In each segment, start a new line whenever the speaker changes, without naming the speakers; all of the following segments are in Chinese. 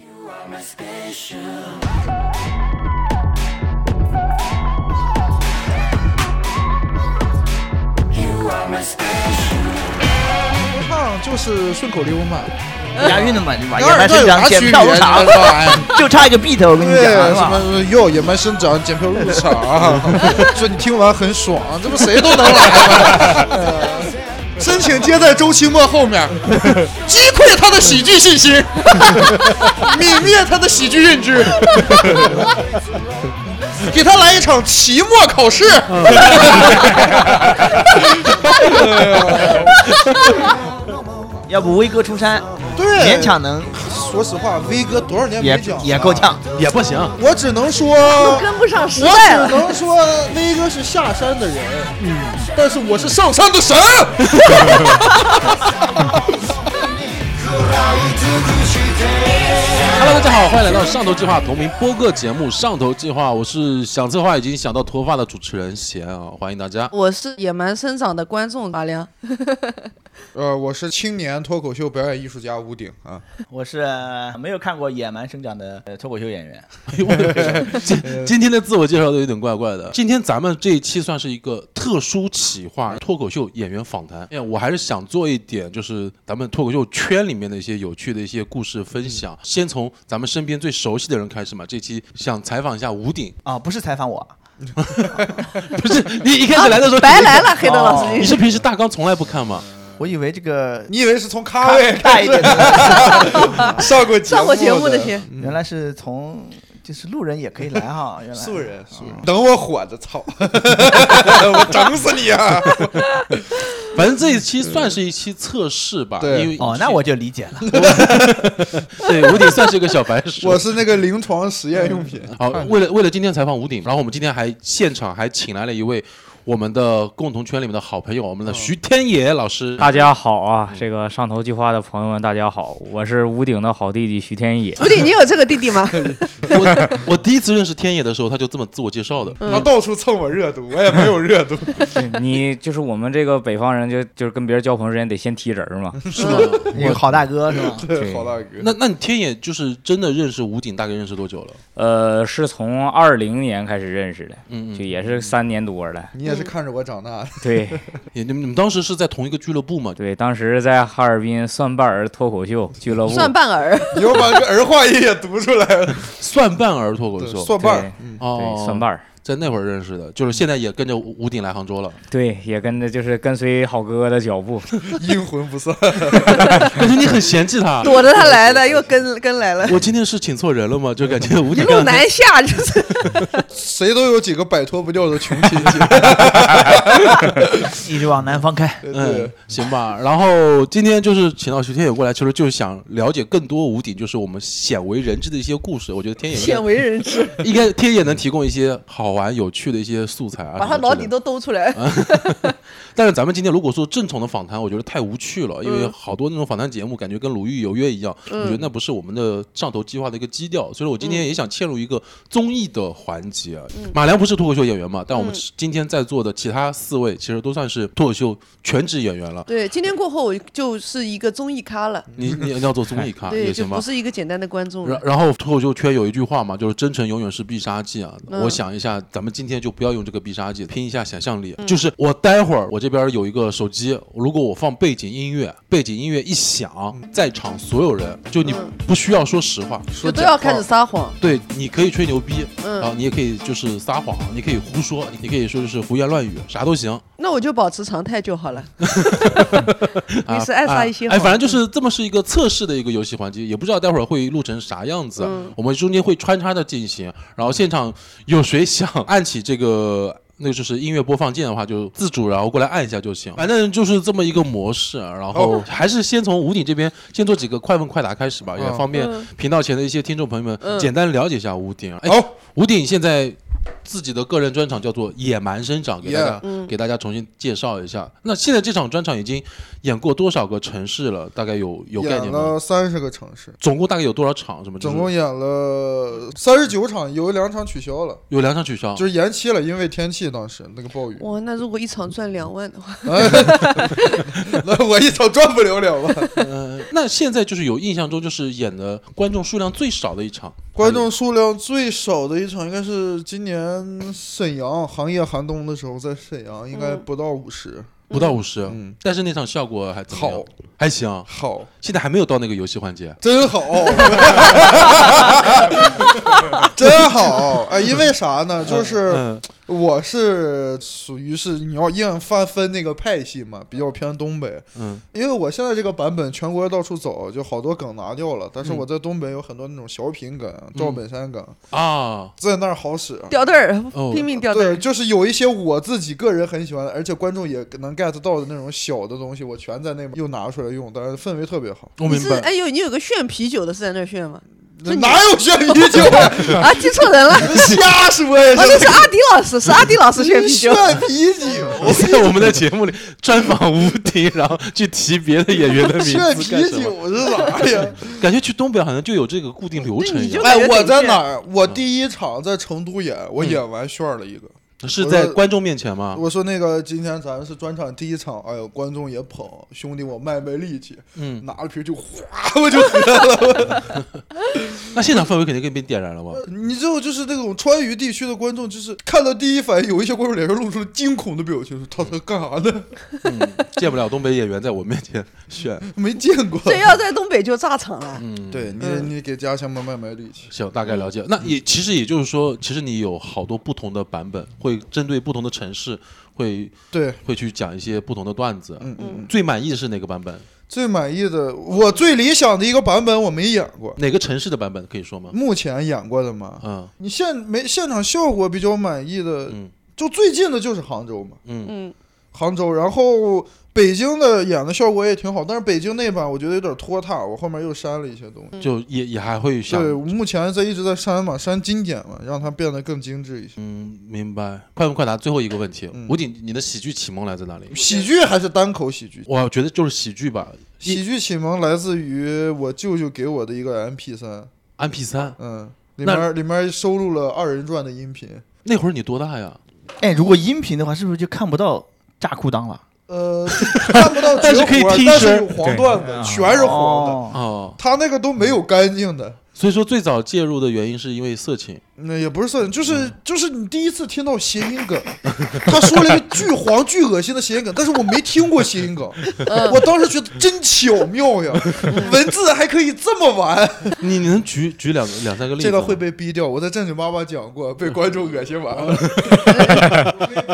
You're my special. You are my special.
唱就是顺口溜嘛，
押韵的嘛，这玩意
当
儿
然
还
这
是
有啥
讲
区
捡
别？
票入
这
场，
玩意 儿
就差一个 beat，我跟你
啊
对，
讲，是
什
吧？
么哟野蛮生长，检票入 场，就你听完很爽，这不谁都能来吗？呃申请皆在周期末后面，击溃他的喜剧信心，泯灭他的喜剧认知，给他来一场期末考试。
嗯要不威哥出山，
对，
勉强能
说实话，威哥多少年没
也
讲了
也够呛。
也不行，
我只能说，
都跟不上时
我
代
只
了。
能说威哥是下山的人，嗯，但是我是上山的神。
Hello，大家好，欢迎来到上头计划同名播客节目《上头计划》，我是想策划已经想到脱发的主持人贤啊，欢迎大 家。
我是野蛮生长的观众阿良，
呃，我是青年脱口秀表演艺术家吴鼎啊，
我是呃没有看过《野蛮生长》的呃脱口秀演员，
今今天的自我介绍都有点怪怪的。今天咱们这一期算是一个特殊企划，脱口秀演员访谈。哎，我还是想做一点，就是咱们脱口秀圈里面的一些有趣的一些故事分享。先从咱们身边最熟悉的人开始嘛。这期想采访一下吴鼎，
啊，不是采访我，
不是 你一开始来的时候、
啊白来了，黑灯老师
你
真
是哦
是。
平时大纲从来不看吗？
我以为这个
你以为是从咖位
大一点 的，
上过节目
上过节目
的
的些，
原来是从就是路人也可以来哈，原来
素人，等我火的， 操，我整死你啊！
反正这一期算是一期测试吧，
对
因为
哦，那我就理解了，
对吴鼎算是一个小白鼠。
我是那个临床实验用品，
好，为了为了今天采访吴鼎，然后我们今天还现场还请来了一位我们的共同圈里面的好朋友，我们的徐天野老师。
大家好 啊，
嗯
这个上头计划的朋友们，大家好，我是屋顶的好弟弟徐天野。
吴鼎，你有这个 弟弟 吗？
我 我第一次认识天野的时候，他就这么自我介绍的。
嗯
他到处蹭我热度，我也没有热度。
哎
你就是我们这个北方人就，就是跟别人交朋友之前得先提 人儿嘛。
是吗？
一个好大哥是 吧？
对，好大哥，
那那你天野就是真的认识吴鼎，大概认识多久了？
呃，是从二零年开始认识的，
嗯
就
嗯，
也是三年多 了。
你也是看着我长大的，
对
也你们你们当时是在同一个俱乐部吗？
对，当时在哈尔滨蒜瓣儿脱口秀俱乐部，
算 半儿，
你又把这个儿化音也读出来了，
蒜瓣儿脱口秀。
蒜瓣儿，嗯
哦
对，蒜瓣儿，
在那会儿认识的，就是现在也跟着吴吴鼎来杭州了。
对，也跟着就是跟随好哥哥的脚步。
阴魂不散。
感觉你很嫌弃他。
躲着他来的，又跟跟来 了，
我今天是请错人了吗？就感觉吴
一
鼎
路
刚才
南下，就是
谁都有几个摆脱不掉的穷亲戚。
一直往南方开，
嗯，行吧。然后今天就是请到徐天野过来，其实就是想了解更多吴鼎，就是我们鲜为人知的一些故事。我觉得天野应
鲜为人 知，
该应该天野能提供一些好玩有趣的一些素材啊。
把他
什么
老
之类
底
的。
都兜出来。
但是咱们今天如果说正统的访谈，我觉得太无趣了，因为
嗯
好多那种访谈节目感觉跟《鲁豫有约》一样，我觉得那不是我们的上头计划的一个基调。所以我今天也想嵌入一个综艺的环节。
嗯
马良不是脱口秀演员嘛，但我们今天在座的其他四位其实都算是脱口秀全职演员了。
对，今天过后我就是一个综艺咖了，
你你你要做综艺咖
对，
也
就
行
不
吧。
是一个简单的观众
然
了。
然后脱口秀圈有一句话嘛，就是真诚永远是必杀技啊。
嗯
我想一下，咱们今天就不要用这个必杀技，拼一下想象力。
嗯
就是我待会儿我这边有一个手机，如果我放背景音乐，背景音乐一响，在场所有人就你
嗯
不需要说实话，
就
说
都
假哦
要
话
开始撒谎，
对，你可以吹牛逼，
嗯
然后你也可以就是撒谎，你可以胡说，你可以说就是胡言乱语，啥都行。
那我就保持常态就好了。
啊
你是爱发一些
哎，
好嗯
反正就是这么是一个测试的一个游戏环节，也不知道待会儿会录成啥样子。
嗯
我们中间会穿插着进行，然后现场有谁想按起这个。那个就是音乐播放键的话，就自主然后过来按一下就行。反正就是这么一个模式，啊然
哦
后还是先从吴鼎这边先做几个快问快答开始吧，也
嗯
方便
嗯
频道前的一些听众朋友们
嗯
简单了解一下吴鼎。 哎，
好，
吴鼎现在自己的个人专场叫做《野蛮生长》，给大家
Yeah
嗯
给大家重新介绍一下。那现在这场专场已经演过多少个城市了？大概有有概
演
念吗？嗯
了三十个城市，
总共大概有多少场？什么？
总共演了三十九场，有两场取消了，
有两场取消。
就是延期了，因为天气当时那个暴
哦
雨。
哇，那如果一场赚两万的话，
哎那我一场赚不了两万。
嗯，那现在就是有印象中就是演的观众数量最少的一场，
观众数量最少的一场应该是今年沈阳行业寒冬的时候，在沈阳应该
嗯
不到五十、
不到五十
嗯，
但是那场效果还怎么样
好，
还行。
好，
现在还没有到那个游戏环节，
真 好，真好！哎，因为啥呢？就是
嗯，
我是属于是你要硬翻分那个派系嘛，比较偏东北。
嗯，
因为我现在这个版本全国到处走，就好多梗拿掉了，但是
嗯
我在东北有很多那种小品梗、赵本山梗，
啊，
在那儿好使。
掉队儿
哦，
拼命掉队
对，
儿。
就是有一些我自己个人很喜欢的，而且观众也能 get 到的那种小的东西，我全在那边又拿出来用，但是氛围特别好。
我
你
明
是
白。
哎呦，你有个炫啤酒的是在那儿炫吗？是你
哪有炫啤酒？
啊，记 错人了，
瞎说呀！
啊，这是阿迪老师，是阿迪老师炫啤酒。
炫啤 酒，
在我们的节目里专访吴迪，然后去提别的演员的名
炫
字干
啤
什么？
酒是 啥呀？
感觉去东北好像就有这个固定流程一样
就。
哎，
感觉
我
挺
在
炫
哪
嗯
儿？我第一场在成都演，我演完炫了一个。
是
我
在
说
观众面前吗？
我说那个今天咱是专场第一场，哎呦，观众也捧，兄弟我卖卖力气，
嗯，
拿了瓶酒哗 我就喝了。
那现场氛围肯定更被点燃了吧？
你知道，就是那种川渝地区的观众，就是看到第一反应，有一些观众脸上露出了惊恐的表情，说他他干啥呢？
见不了东北演员在我面前炫，
没见过。
这要在东北就炸场了。
嗯，
对你，你给家乡们卖卖力气。
行，大概了解。那也其实也就是说，其实你有好多不同的版本，会针对不同的城市，会
对，
会去讲一些不同的段子。
嗯嗯。
最满意的是哪个版本？
最满意的，我最理想的一个版本我没演过，
哪个城市的版本可以说吗？
目前演过的嘛，
嗯
你现没现场效果比较满意的，
嗯
就最近的就是杭州嘛，
嗯，
嗯，
杭州，然后北京的演的效果也挺好，但是北京那版我觉得有点拖沓，我后面又删了一些东西。
嗯就也也还会想。
对，目前在一直在删嘛，删经典嘛，让它变得更精致一些。
嗯，明白。快问快答，最后一个问题，
嗯
吴鼎，你的喜剧启蒙来自哪里？
喜剧还是单口喜剧？
我觉得就是喜剧吧。一
喜剧启蒙来自于我舅舅给我的一个 MP 三，
MP 三
嗯，里
那
面里面收录了二人转的音频。
那会儿你多大呀？
哎，如果音频的话，是不是就看不到炸裤裆了？
呃，看不到
但是
绝
可以
活儿
听
但
声
是有黄段子，全是黄的，
哦
哦，
他那个都没有干净的。
所以说最早介入的原因是因为色情。
那也不是色，
嗯
就是就是你第一次听到谐音梗，他说了一个巨黄巨恶心的谐音梗，但是我没听过谐音梗，我当时觉得真巧妙呀，文字还可以这么 玩，
你你能举举两个两三个例子
这
吗？
个会被逼掉。我在正经八八讲过，被观众恶心完了，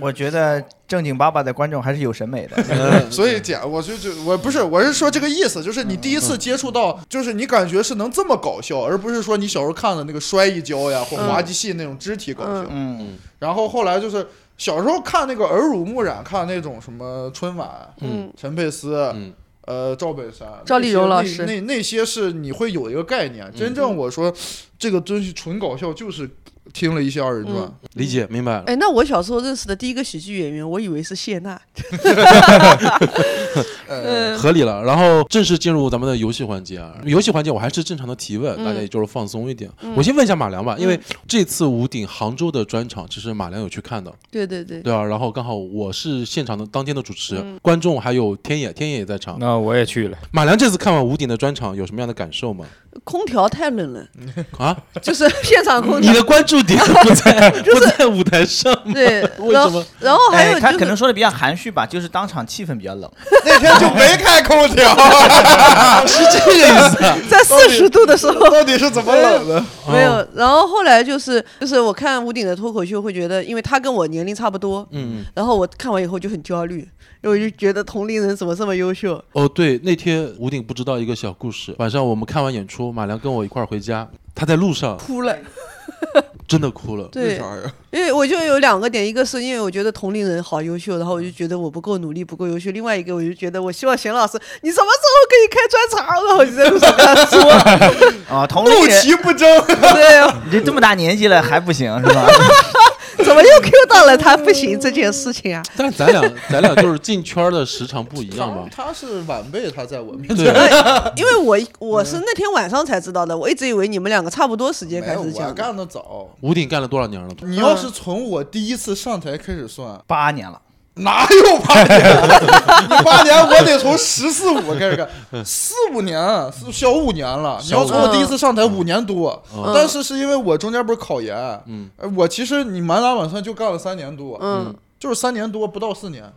我觉得正经八百的观众还是有审美的。
所以讲我就就我不是我是说这个意思，就是你第一次接触到，就是你感觉是能这么搞笑，而不是说你小时候看的那个摔一跤呀或
嗯
滑稽戏那种肢体搞笑。
嗯，
然后后来就是小时候看那个耳濡目染，看那种什么春晚，
嗯
陈佩斯，
嗯
呃，赵本山、
赵丽蓉
那
老
些
师
那那那些是你会有一个概念。真正我说这个东西纯搞笑，就是听了一些二人转。
嗯
理解明白了。
哎，那我小时候认识的第一个喜剧演员，我以为是谢娜。
呃
嗯，
合理了，然后正式进入咱们的游戏环节啊！游戏环节我还是正常的提问，
嗯
大家也就是放松一点。
嗯
我先问一下马良吧，因为这次五鼎杭州的专场，其实马良有去看的，
对对对，
对啊。然后刚好我是现场的当天的主持，
嗯
观众还有天野，天野也在场。
那我也去了，
马良这次看完五鼎的专场有什么样的感受吗？
空调太冷了，
啊，
就是 现场空
你
调。
的关注点不在、不在舞台上吗？
对，
为
然
什
后
么？
然后还
哎
有，
他
就
可能
是，
说的比较含蓄吧，就是当场气氛比较冷。
那天就没开空调，
是这个意思啊、
在四十度的时候，
到底是怎么冷的？
没
哦
有，然后后来就是就是我看吴鼎的脱口秀，会觉得，因为他跟我年龄差不多，
嗯，
然后我看完以后就很焦虑，因为我就觉得同龄人怎么这么优秀？
哦，对，那天吴鼎不知道一个小故事。晚上我们看完演出，马良跟我一块儿回家，他在路上
哭了，
真的哭了。
对，
啥呀？
因为我就有两个点，一个是因为我觉得同龄人好优秀，然后
嗯
我就觉得我不够努力，不够优秀；另外一个我就觉得我希望沈老师你什么时候给你开专场，啊 然后我就在路上跟他说，
啊，同
怒
龄人，
其不争，？
对，哦
你这这么大年纪了还不行是吧？
怎么又 Q 到了他不行这件事情啊？
但是咱俩，咱俩就是进圈儿的时长不一样吧
他是晚辈，他在我面前。
对，啊
因为我我是那天晚上才知道的，我一直以为你们两个差不多时间
嗯没
开
有，
始
我
讲的。
干的早。嗯
吴鼎干了多少年了？
你要是从我第一次上台开始算，
八年了，
哪有八年？ 你八年我得从十四五开始干，四五年是小五年了。你要从我第一次上台五年多，
嗯
但是是因为我中间不是考研，
嗯
呃，我其实你满打满算就干了三年多，
嗯，
就是三年多不到四年。
哦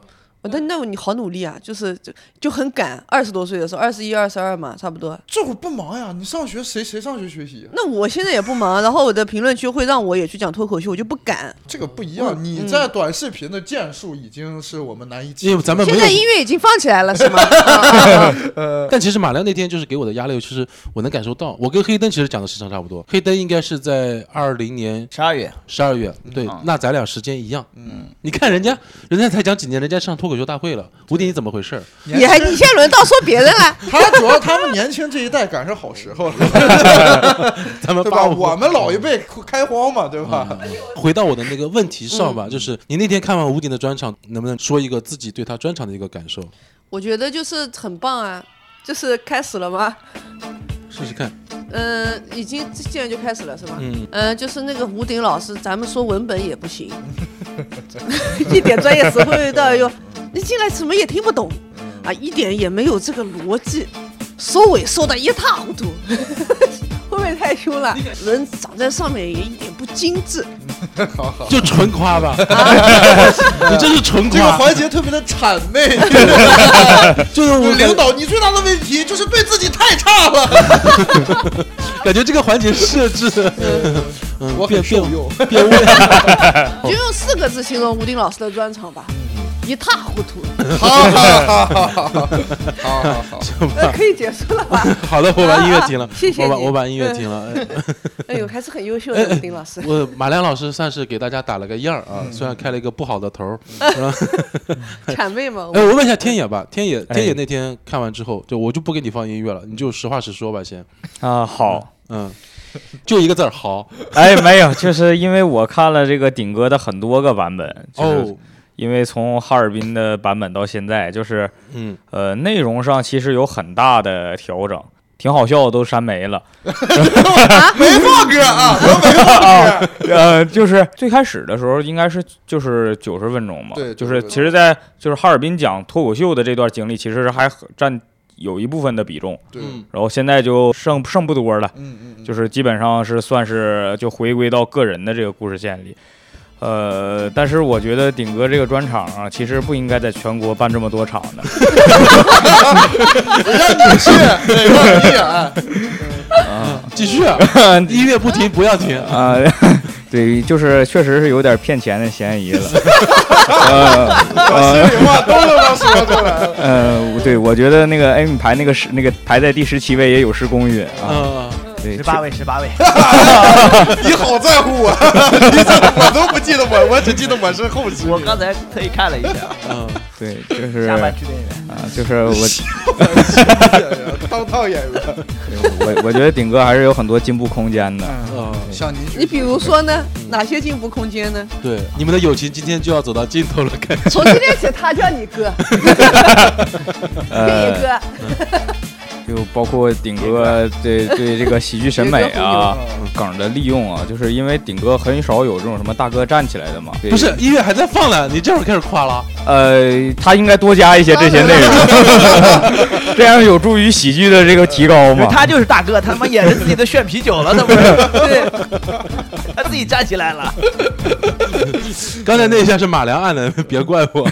但那你好努力啊，就是就就很赶。二十多岁的时候，二十一、二十二嘛，差不多。
这会儿不忙呀？你上学谁谁上学学习？
那我现在也不忙，然后我的评论区会让我也去讲脱口秀，我就不敢。
这个不一样，你在短视频的建树已经是我们难以企
因为咱们没
现在音
有。
乐已经放起来了，是吗？
但其实马亮那天就是给我的压力，其实我能感受到。我跟黑灯其实讲的时长差不多，黑灯应该是在二零年
十二月，
十二月，对，那咱俩时间一样。嗯，你看人家，人家才讲几年，人家上脱口秀大会了。吴迪，你怎么回事？
年
你还
轻
你现在轮到说别人了，
他主要他们年轻这一代赶上好时 候了，
咱们
对吧？
八五嗯
我们老一辈开荒嘛，对吧？
回到我的那个问题
嗯
上吧，就是你那天看完吴迪的专场，能不能说一个自己对他专场的一个感受？
我觉得就是很棒啊，就是开始了吗？
试试看。
嗯、已经现在就开始了是吧？
嗯
嗯、就是那个吴鼎老师，咱们说文本也不 行，一点专业词汇都要用，你进来什么也听不懂，啊，一点也没有这个逻辑，收尾收的一塌糊涂， 会不会太凶了？人长在上面也一点不精致，
好好。
就纯夸 吧， 你这是纯
这个
夸，
环节特别的谄 媚，
就是我感
领导，你最大的问题就是对自己太差了。
感觉这个环节设置，嗯，
我
变
很
变
受 用，
变味，
你就用四个字形容吴鼎老师的专场吧，一塌糊 涂。
好好好好好好好好好。
呃，可以结束了吧？
好了，我把音乐停了
啊啊谢，谢
我把
你
我把音乐停了。哎
哎 呦，还是很优秀的吴鼎老 师。
我马亮老师算是给大家打了个样儿
嗯
啊，虽然开了一个不好的头儿。
谄媚嘛，
哎，我问一下天野吧，天野，天野
哎
那天看完之后，就我就不给你放音乐了，你就实话实说吧，先，
啊，好，
嗯，就一个字儿好。
哎，没有，就是因为我看了这个顶哥的很多个版本，就是
哦，
因为从哈尔滨的版本到现在，就是
嗯，
呃，内容上其实有很大的调整，挺好笑的都删没了。
没放歌啊，
嗯
我没放
啊
歌。，
呃，就是最开始的时候应该是就是九十分钟嘛，
对
就
90
是
分
其实，在就是哈尔滨讲脱口秀的这段经历，其实是还很占有一部分的比重，
对，嗯
然后现在就剩剩不多了，
嗯嗯，
就是基本上是算是就回归到个人的这个故事线里。呃，但是我觉得顶哥这个专场啊，其实不应该在全国办这么多场的。
让你去，对，让你演。
继 续啊，音乐不停，不要停。
啊、 对，就是确实是有点骗钱的嫌疑了。呃
把心里话都能说出来了。
呃，对，我觉得那个 M 排那个十那个排在第十七位也有失公允啊。
嗯，
对
十，八位，十八位，
你好在乎 我，你怎么我都不记得我，我只记得我是后期。
我刚才特意看了一 下，
嗯
对，就是
下
啊
班、去电影院。
就是我
哎当套演员，
我我觉得顶哥还是有很多进步空间的。
嗯，
向您
你比如说呢，哪些进步空间 呢？
对，你们的友情今天就要走到尽头了，感觉。
从今天起，他叫你哥，
呃
对，哥，
就包括顶哥对对这个喜剧审美啊、梗的利用啊，就是因为顶哥很少有这种什么大哥站起来的嘛。对
不是，音乐还在放呢，你这会儿开始夸 了。
呃，他应该多加一些这些内 容，这样有助于喜剧的这个提高嘛。
他就是大哥，他他妈演着自己的炫啤酒了，他不是？对，他自己站起来了。
刚才那一下是马良按的， 别怪我，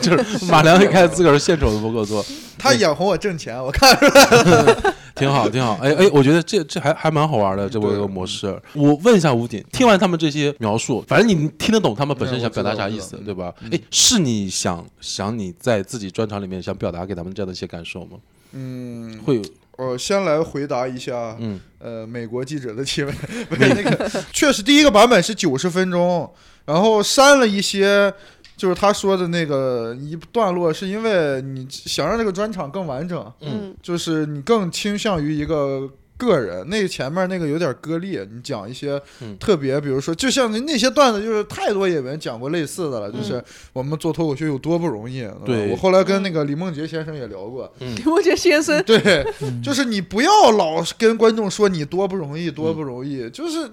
就是马良一开始自个儿献丑的不够多，
他眼红我挣钱，我看着
挺好，挺好。哎哎，我觉得这这还还蛮好玩的，这个模式。我问一下吴鼎，听完他们这些描述，反正你听得懂他们本身想表达啥意思，对吧？哎，是你想想你在自己专场里面想表达给他们这样的一些感受吗？嗯，会有
我呃先来回答一下，
嗯，
呃，美国记者的提 问，不是那个，确实第一个版本是九十分钟，然后删了一些，就是他说的那个一段落，是因为你想让这个专场更完整，
嗯，
就是你更倾向于一个。个人那前面那个有点割裂，你讲一些
嗯
特别，比如说，就像那些段子，就是太多演员讲过类似的了，就是我们做脱口秀有多不容易。
嗯对
我后来跟那个李梦洁先生也聊过，
我觉得 先生，
嗯
对，就是你不要老跟观众说你多不容易，多不容易，就是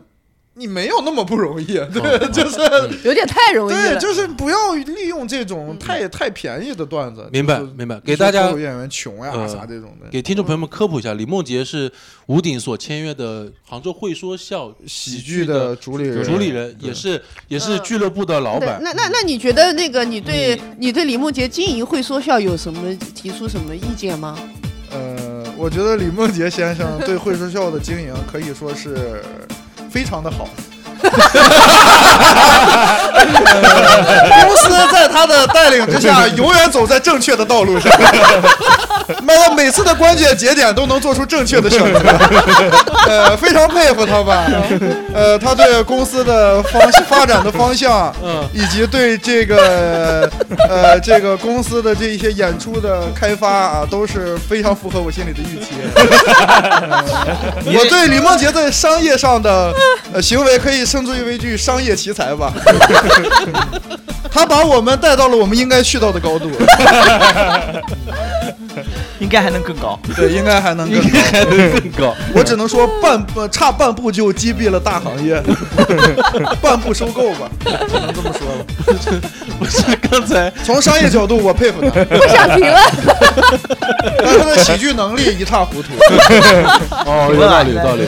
你没有那么不容易，
哦
对，就是
嗯
有点太容易
对，
了。
就是不要利用这种太太便宜的段子。
嗯明白
就是
明白给大家
说脱口秀演员穷呀
呃
啥这种的
给听众朋友们科普一下，李梦洁是吴鼎所签约的杭州会说笑
喜
剧
剧的主理人，
主理人，也是也是
嗯
俱乐部的老
对
板，。
那那那你觉得那个你对
嗯
你对李梦洁经营会说笑有什么提出什么意见吗？
呃，我觉得李梦洁先生对会说笑的经营可以说是非常的好。呃公司在他的带领之下，永远走在正确的道路上。妈的，每次的关键节点都能做出正确的选择，呃，非常佩服他吧。呃，他对公司的方发展的方向，
嗯
以及对这个呃这个公司的这一些演出的开发啊，都是非常符合我心里的预期。呃我对李梦洁在商业上的呃行为可以称之为一句商业奇才吧。 他把我们带到了我们应该去到的高度，
应该还能更高。
对，应该还能更高。
更 高。
我只能说半步差半步就击毙了大行 业，半步收购吧，只能这么说了。
不是 刚才
从商业角度，我佩服他，
不想评论。
但是他的喜剧能力一塌 糊涂。
哦，有道理有道理，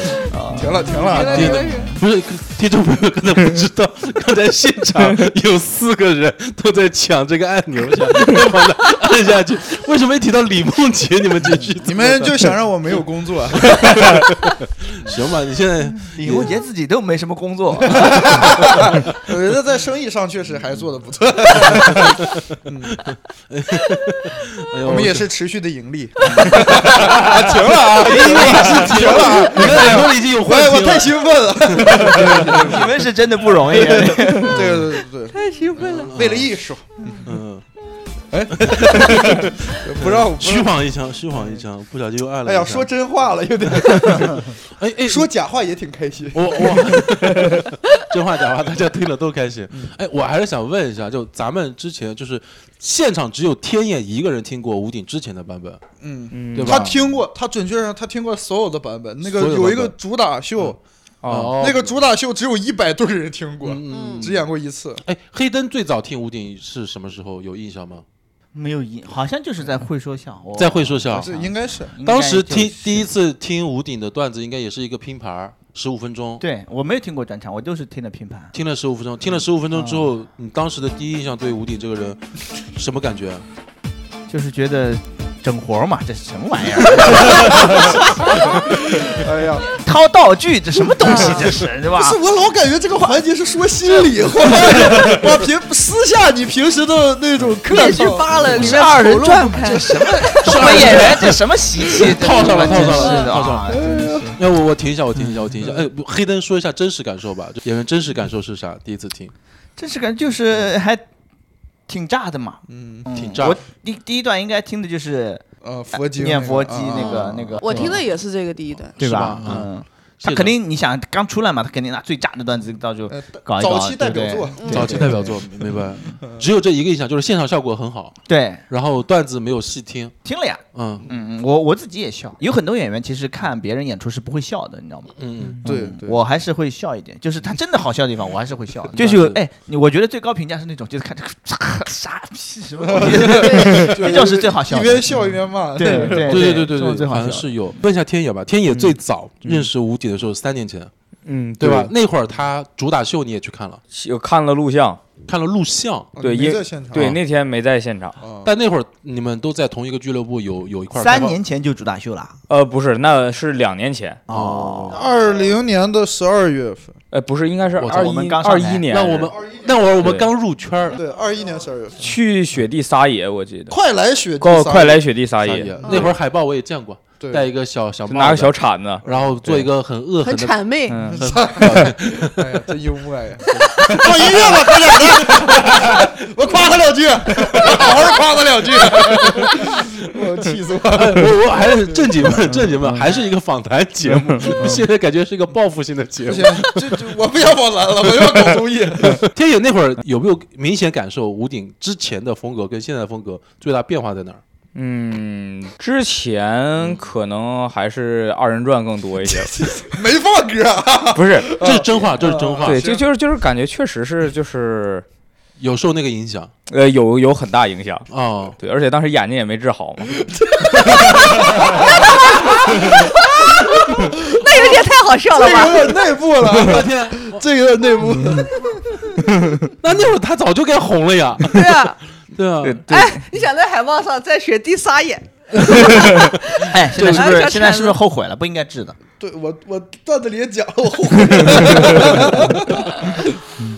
停了，停了。
听的不是听众朋友可能不知道，刚才现 场有四个人都在抢这个按钮，想要把它按下去。为什么一提到李梦洁，你们就 去？
你们就想让我没有工作？
啊行吧？你现在
李梦洁自己都没什么工 作，
我觉得在生意上确实还做的不错，
哎呦
我们也是持续的盈利。
啊，停 了啊，因为是停了啊，你
哎
看耳朵已经有幻
我我
听
太
了。
兴奋 了，
你们是真的不容易。啊
对对对对，
太兴奋了，
为了艺术，
嗯，
不让我不
虚
让。
晃一枪，虚晃一枪，不小心又按了
哎
一下。
呀，说真话了，有 点
哎哎，
说假话也挺开心。
我我 真话假话，大家听了都开心。哎，我还是想问一下，就咱们之前就是现场只有天眼一个人听过吴鼎之前的版本，
嗯，
嗯
对吧
他听过，他准确上他听过所有的版本。那个
所有的版本
有一个主打秀，
哦
啊，
哦
哦
那个主打秀只有一百对人听过，
嗯，
只演过一次。
哎，黑灯最早听吴鼎是什么时候？有印象吗？
没有音，好像就是在会说笑，我
在会说
啊
笑，
这应该哦是
应该
当时听
就是
第一次听吴鼎的段子，应该也是一个拼盘，十五分钟。
对我没有听过转场，我就是听的拼盘。
听了十五分钟，听了十五分钟
嗯
之后，你当时的第一印象对吴鼎这个人什么感觉？啊
就是觉得整活儿嘛，这是什么玩意儿？
哎呀，
掏道具，这什么东西？这是是吧
不？是我老感觉这个环节是说心里话， 把平私下你平时的那种客
连续
套，
扒了，里
是
面
二人
丑陋
转
不堪
这什么东北演员？这什么习气？
套上了
真
套上了
是的
套上了
啊真是
哎，我我停一下，我停一下，我停一下。哎，不黑灯说一下真实感受吧，就演员真实感受是啥？第一次听，
真是感觉就是还挺炸的嘛。
嗯，
挺炸
我第第一段应该听的就是
呃，佛经
念佛机
啊
那个
呃
那个，
我听的也是这个第一段，
对吧
是吧？
嗯，
这
他
个
肯定你想刚出来嘛，他肯定拿最炸的段子到时候
呃
搞一搞，
早期代表作
对，嗯不对
早期代表作，明白？只有这一个印象，就是现场效果很好，
对，
然后段子没有细听，
听了呀。
嗯
嗯嗯，我我自己也笑，有很多演员其实看别人演出是不会笑的，你知道吗？
嗯，
对
嗯
对，
我还是会笑一点，就是他真的好笑的地方，我还是会笑的。就
对吧
是有哎，你我觉得最高评价是那种，就是看这个傻逼什么东西， 那种是最好笑
一
的。
边笑一边骂。
对对对
对对对
这种
对
最
对，好
好
像
笑。
是有。问一下天野吧，天野最早认识吴鼎的时候是三年前，
嗯，
对吧？？那会儿他主打秀你也去看了，
我看了录像，
看了录像，
啊
对
你没
因
在现场，
对，
哦
嗯
那天没在现场。
啊，
但那会儿你们都在同一个俱乐部，有有一块儿开
三
放
年前就主打秀了
呃，不是，那是两年前，
哦。
二零年的十二月份，
呃，不是，应该是
我
二
操
我们
一
刚上
二
台
一年。
那我们那会儿我们刚入圈儿，
对，二一年十二月份，
去雪地撒野，我记得。
快来雪地
快
撒野
快来雪地撒
三
野，
年那会儿海报我也见过，
对
带一个小小
就拿
帽
个
子
小，铲子。
然后做一个很恶狠
很
的
谄媚。
嗯，
哎呀，真幽默呀！放音乐吧，哥俩的， 我夸他两句，好好夸他两句，我气死我了！
哎 我我还是正经问，正经问，还是一个访谈节目， 现在感觉是一个报复性的节
不
目
行。，这这我不要访谈了，我要搞综艺。
天野那会儿有没有明显感受吴鼎之前的风格跟现在的风格最大变化在哪儿？
嗯，之前可能还是二人转更多一些，
没放歌啊，
不是？
这是真话，这是真话。
对，
呃
是
就就是就是感觉确实是就是
有受那个影响
呃有有很大影响。
哦，
对，而且当时眼睛也没治好嘛，
那有点太好笑了
这
吧？
有点内部了，
我天，
这有点内部。
那那会儿他早就该红了 呀，
对啊，
对啊，
对嗯对，
哎，你想在海报上在雪地撒野，
哎，现在是不
对
是现在是不是后悔了？不应该治的。
对我我段子里也讲了，我后悔。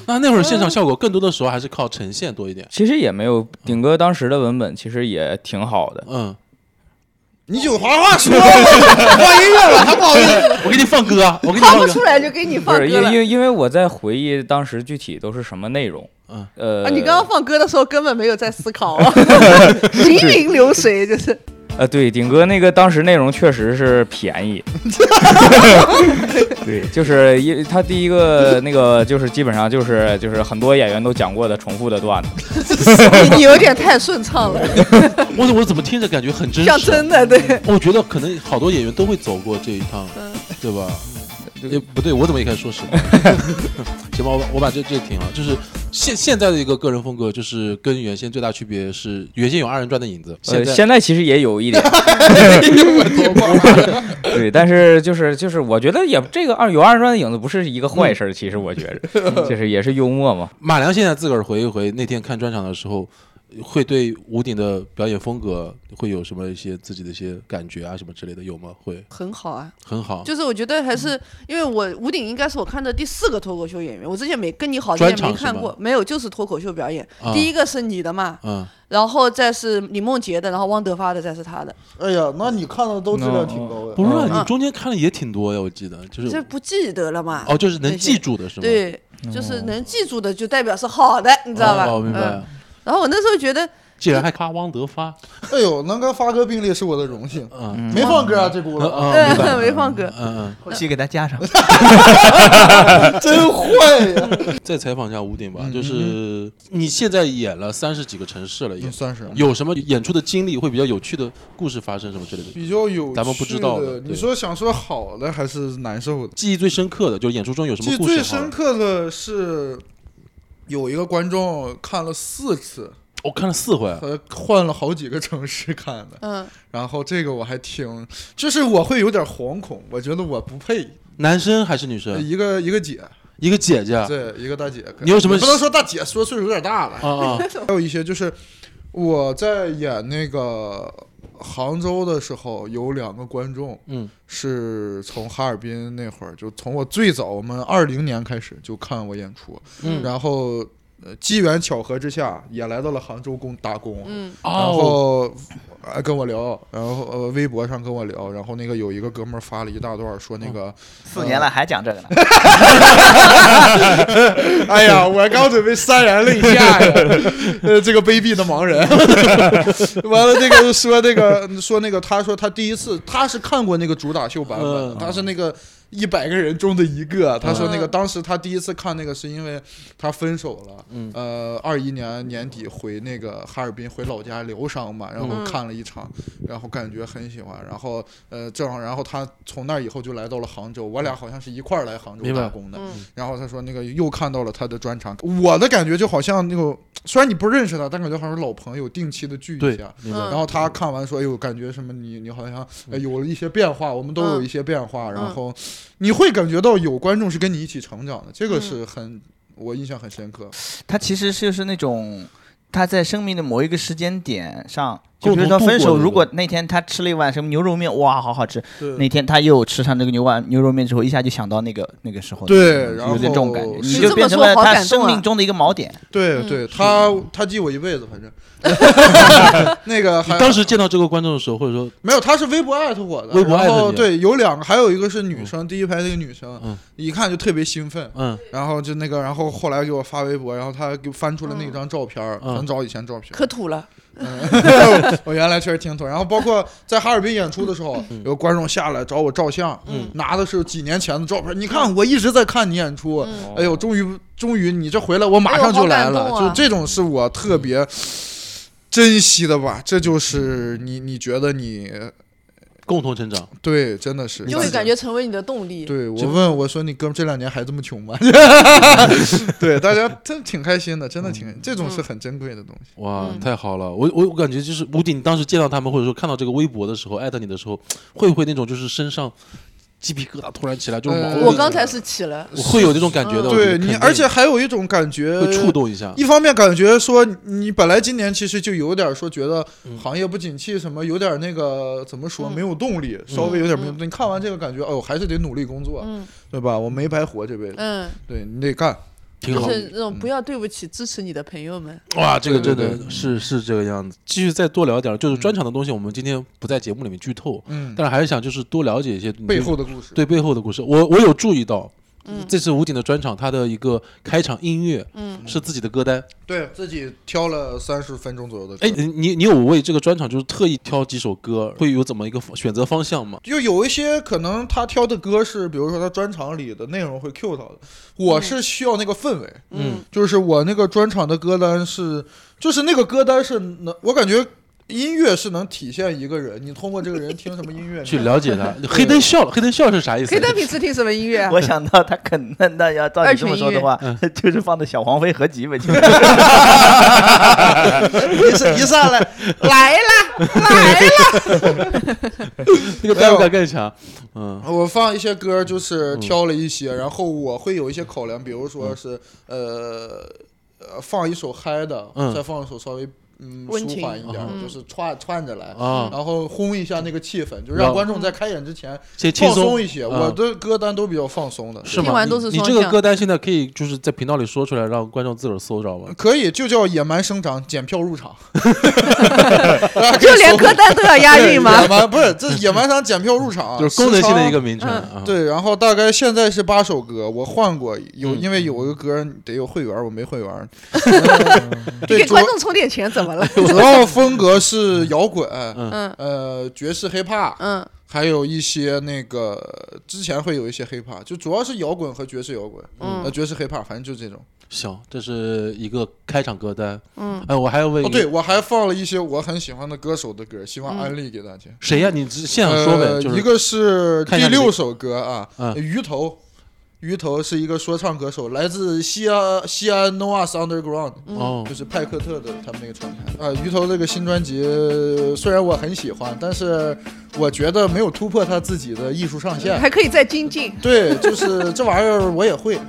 那那会儿现场效果更多的时候还是靠呈现多一点。
其实也没有顶哥当时的文本，其实也挺好的。
嗯，
你有啥话说吧，换音乐了还不好意思。
我给你放歌啊，我给你
掏
放
不
歌。
出来就给你
不
放
是，因
歌
为
了
因。为因为我在回忆当时具体都是什么内容。
嗯，
呃，
啊，你刚刚放歌的时候根本没有在思 考啊，行云流水就是。
呃，对，顶哥那个当时内容确实是 便宜，对，就是因为他第一 个那个就是基本上就是就是很多演员都讲过的重复的段子，
你你有点太顺畅了，
我我怎么听着感觉很真
像
实？啊
真的对。
我觉得可能好多演员都会走过这一趟，
嗯
对吧？也不对，我怎么也开始说实话？行吧，我把我把这这停了。就是现现在的一个个人风格，就是跟原先最大区别是，原先有二人转的影子，
呃，
现在
现在其实也有 一点，对，但是就是就是我觉得也这个二有二人转的影子不是一个坏事儿，其实我觉
嗯
着就是也是幽默嘛，
马良现在自个儿回忆回那天看专场的时候，会对吴鼎的表演风格会有什么一些自己的一些感觉啊什么之类的，有吗？会
很好啊，
很好，
就是我觉得还是因为我吴鼎应该是我看的第四个脱口秀演员，我之前没跟你好像
专
也没
场是
看
吗
过，没有就是脱口秀表演，
啊
第一个是你的嘛，
嗯，
然后再是李梦洁的，然后汪德发的，再是他的，
哎呀，那你看的都质量挺高的。
不是啊，
嗯
你中间看了也挺多呀，我记得就
这
是
不记得了嘛？
哦，就是能
那些
记住的是吗？哦，
对，就是能记住的就代表是好的，你知道吧？
哦，明白哦
嗯。。然后我那时候觉得，
既然还夸汪德发，
哎呦，能跟发哥并列是我的荣幸。
嗯
没放歌啊，这轱辘
嗯明白
嗯，没放歌，
嗯
后期给他加上。
真坏呀！
嗯， 再采访一下吴鼎吧，就是你现在演了三十几个城市了，也
算是
有什么演出的经历会比较有趣的故事发生什么之类的？
比较有趣的
咱们不知道的对
你说想说好的还是难受的？
记忆最深刻的就是演出中有什
记
么
忆
故事？
最深，刻的是有一个观众看了四次，
我看了四回。啊
他换了好几个城市看的。
嗯，
然后这个我还挺，就是我会有点惶恐，我觉得我不配。
男生还是女生？
一个一个姐，
一个姐姐。啊
哎对，一个大姐。
你有什么
也不能说大姐，说岁数有点大了。
啊！
还有一些就是我在演那个杭州的时候，有两个观众
嗯，
是从哈尔滨那会儿，就从我最早我们二零年开始就看我演出，
嗯
然后。呃机缘巧合之下，也来到了杭州工打工，
嗯
然后
哦
呃跟我聊，然后呃微博上跟我聊，然后那个有一个哥们儿发了一大段说那
哦
个，
四年了还讲这个呢，
哎呀，我刚准备潸然泪下呀，呃，这个卑鄙的盲人，完了这个说那个说那个，他说他第一次他是看过那个主打秀版本
嗯，
他是那个。一百个人中的一个，他说那个
嗯
当时他第一次看那个是因为他分手了，
嗯
呃，二一年年底回那个哈尔滨回老家疗伤嘛，然后
嗯
看了一场，然后感觉很喜欢，然后呃正好，然后他从那以后就来到了杭州，我俩好像是一块儿来杭州
明白
打工的，
嗯
然后他说那个又看到了他的专场，我的感觉就好像那个虽然你不认识他，但感觉好像是老朋友，定期的聚一
对
下。，
明
嗯
白。
然后他看完说：“哎呦，感觉什么你你好像、
嗯
呃、有了一些变化，我们都有
嗯
一些变化。然后你会感觉到有观众是跟你一起成长的，这
嗯
个是很我印象很深刻。
他其实就是那种他在生命的某一个时间点上，就
共
比如
同
说分
度过
手，
的
如果那天他吃了一碗什么牛肉面，哇，好好吃。
对
那天他又吃上这个牛丸牛肉面之后，一下就想到那个那个时候，
对然后
有点这种感觉，
是
你就变成了
这么说好
他
感动啊
生命中的一个锚点。
嗯
对对，他他记我一辈子， 反正 那个
你
还
当时见到这个观众的时候，或者说
没有，他是微博艾特我的，
微博艾
然
特
后
你啊
对，有两个，还有一个是女生，第一排那个女生，
嗯
一看就特别兴奋，
嗯
然后就那个，然后后来给我发微博，然后他给我翻出了那张照片儿，
嗯
很早以前照片儿。
可土了，
嗯我原来确实挺土。然后包括在哈尔滨演出的时候，有个观众下来找我照相，
嗯
拿的是几年前的照片儿。你
嗯
看，我一直在看你演出，
哦
哎呦，终于终于你这回来，我马上就来
哎
了。
呦好感动啊
就这种是我特别。珍惜的吧，这就是你你觉得你
共同成长。
对，真的是
就会感觉成为你的动力。
对我
就
问我说：“你哥们这两年还这么穷吗？” 对，大家真挺开心的，真的
嗯
挺这种是很珍贵的东西。
哇，
嗯
太好了！我我我感觉就是吴鼎当时见到他们，或者说看到这个微博的时候，艾特你的时候，会不会那种就是身上鸡皮疙瘩突然起来，就是
呃
毛
我
都
刚才是起了，
会有这种感觉的。
嗯
我觉得
对你，
肯定
而且还有一种感觉
会触。动一下。
一方面感觉说你本来今年其实就有点说觉得行业不景气什么，有点那个怎么说
嗯
没有动力，稍微有点没有动力。你看完这个感觉，哦，还是得努力工作，
嗯
对吧？我没白活这辈子，
嗯，
对你得干。
挺
就
好，
是那
嗯
种不要对不起支持你的朋 友们。
哇，这个
对
真
对
的是是这个样子。继续再多聊一点，就是专场的东西，我们今天不在节目里面剧透，
嗯，
但是还是想就是多了解一些你
背
对
后的故事。
对背后的故事。我我有注意到，
嗯
这次吴鼎的专场，他的一个开场音乐
嗯，
是自己的歌单。
对自己挑了三十分钟左右的歌。
哎，你你你有为这个专场就是特意挑几首歌，会有怎么一个选择方向吗？
就有一些可能他挑的歌是，比如说他专场里的内容会 cue 到的。我是需要那个氛围，
嗯，
就是我那个专场的歌单是，就是那个歌单是能，我感觉音乐是能体现一个人，你通过这个人听什么音乐
去了解他。黑灯笑了，黑灯笑是啥意思？
黑灯平时听什么音乐啊？
我想到他肯那那要照你这么说的话， 就是放的小黄飞合集呗，就是一上一上来，
来了，来了。
那个代入感更强。嗯，
我放一些歌，就是挑了一些，然后我会有一些考量，比如说是、呃呃放一首嗨的，
嗯
再放一首稍微嗯
温
舒
情
缓一点，
嗯
就是串串着来，
啊
然后烘一下那个气氛，就
让
让观众在
嗯
开演之前
先轻
放
松
一些。
嗯
我的歌单都比较放松的，
是吗？
听完都是
你你
双
这个
向
歌单现在可以就是在频道里说出来，让观众自个儿搜着吧。
可以就叫野蛮生 长，检票入场，
就连歌单都要押韵吗？
野蛮不是这野蛮生长检票入场，
就是功能性的
时
一个
长。
名称
嗯
啊。
啊对，然后大概现在是八首歌，我换过有，
嗯
因为有一个歌得有会员，我没会 员。对，
给
主
观众充点钱怎么 了？
主要风格是摇滚，
嗯
呃，爵士 hiphop，
嗯
还有一些那个之前会有一些 hiphop，就主要是摇滚和爵士摇滚，呃，
嗯
爵士 hiphop，反正就这种。
行，这是一个开场歌单。
嗯，
哎，我还要问
哦，
一
对，
个，
我还放了一些我很喜欢的歌手的歌，希望安利给大家。
谁呀？你只现嗯场说呗，
呃
就
一
是
个是
看一
第
下你的
六首歌啊，
嗯
鱼头。鱼头是一个说唱歌手，来自西安西安 Noah's Underground，
嗯
哦
就，是派克特的他们那个厂牌。啊，鱼头这个新专辑虽然我很喜欢，但是我觉得没有突破他自己的艺术上限。
还可以再精进。
对，就是这玩意儿我也 会，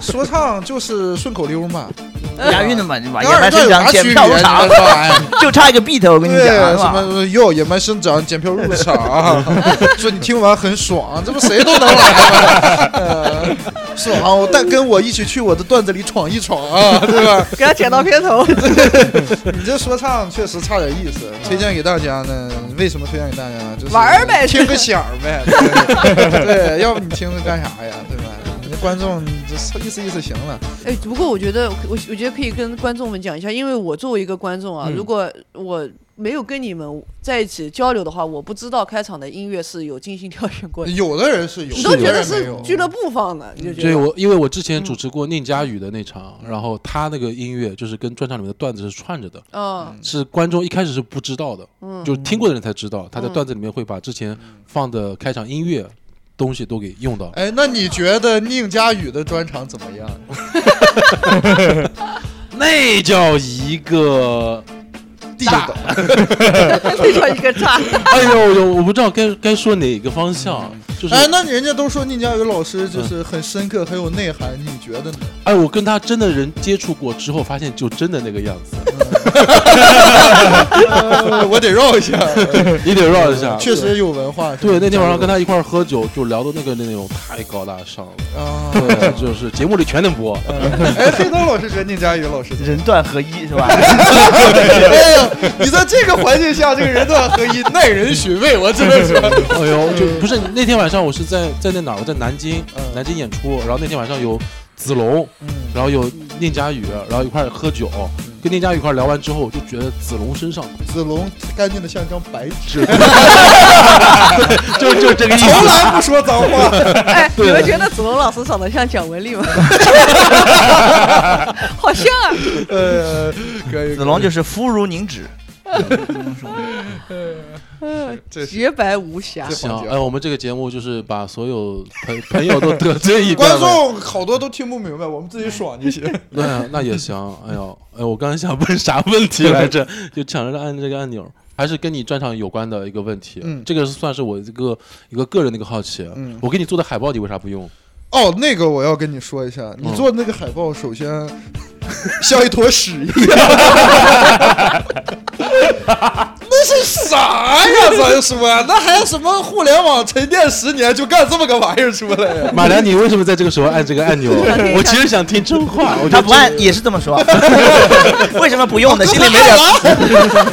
说唱就是顺口溜嘛。
押韵的嘛，你把
那
野蛮
这
生
有
长
啥区
检
别？
票入场
你，们玩意儿
就差一个 beat，我跟你
对，
讲，是
什
吧？
么呃哟，野蛮生长，检票入 场，啊说你听完很爽，这不谁都能来吗？ 呃爽，但跟我一起去我的段子里闯一闯啊，对吧？
给他剪到片头，
你这说唱确实差点意思，推荐给大家呢。为什么推荐给大家？就是
玩儿呗
听个响儿呗。对， 对要不你听着干啥呀？对吧？你这观众，你这意思意思行了。
哎，不过我觉得，我我觉得可以跟观众们讲一下，因为我作为一个观众
嗯
啊，如果我没有跟你们在一起交流的话，我不知道开场的音乐是有精心挑选过的。
有的人是有，
你都
哎
觉
有的
得
人没
是
有
俱乐部放的，你就觉
对
得
我，因为我之
嗯
前主持过宁佳宇的那场，然后他那个音乐就是跟专场里面的段子是串着的，
嗯
是观众一开始是不知道的，就是听过的人才知道，他
嗯
在段子里面会把之
嗯
前放的开场音乐东西都给用到。
哎，那你觉得宁佳宇的专场怎么样？
那叫一个
地道，
这叫一个炸。
哎呦呦，我不知道该该说哪个方向，就是嗯
哎，那人家都说宁佳宇老师就是很深刻、很有内涵，你觉 得呢？
哎，我跟他真的人接触过之后，发现就真的那个样 子，
呃我得绕一下，
你得绕一下。
确实有文化。
对，那天晚上跟
他
他一块儿喝酒，就聊的那个内容太高大上了，
啊，
对，就是节目里全能播。
哎，黑灯老师觉得宁佳宇老师怎么样
人段合一是吧？
哎呀，你在这个环境下，这个人段合一， 耐人寻味，哎我真的是。
哎呦，就不是那天晚上我是在在那哪儿？我在南京，
嗯
南京演出，然后那天晚上有子龙，然后有宁佳宇，然后一块儿喝酒，跟丁佳宇一块儿聊完之后，就觉得子龙身上
子龙干净的像张白 纸，
就就这个意
从来不说脏话。
哎，你们觉得子龙老师长得像蒋雯丽吗？好像啊，
呃，可以。
子龙就是肤如凝脂，
这是
洁白无瑕。
这
行
环节。
哎，我们这个节目就是把所有朋朋友都得罪一遍
观
呗。
众好多都听不明白，我们自己爽就行。
那那也行。哎呦，哎，我刚才想问啥问题来着，就抢着按这个按钮，还是跟你专场有关的一个问题。
嗯
这个是算是我一个一个个人的一个好奇。
嗯
我给你做的海报，你为啥不用？
哦，那个我要跟你说一下，你做的那个海报，首先像一坨屎一样， 那是啥呀？咱说，那还有什么互联网沉淀十年就干这么个玩意儿出来呀？
马良，你为什么在这个时候按这个按 钮？我其实想听真话，我觉
他
得啊
不按也是这么 说，为什么不用呢？心里没点
点。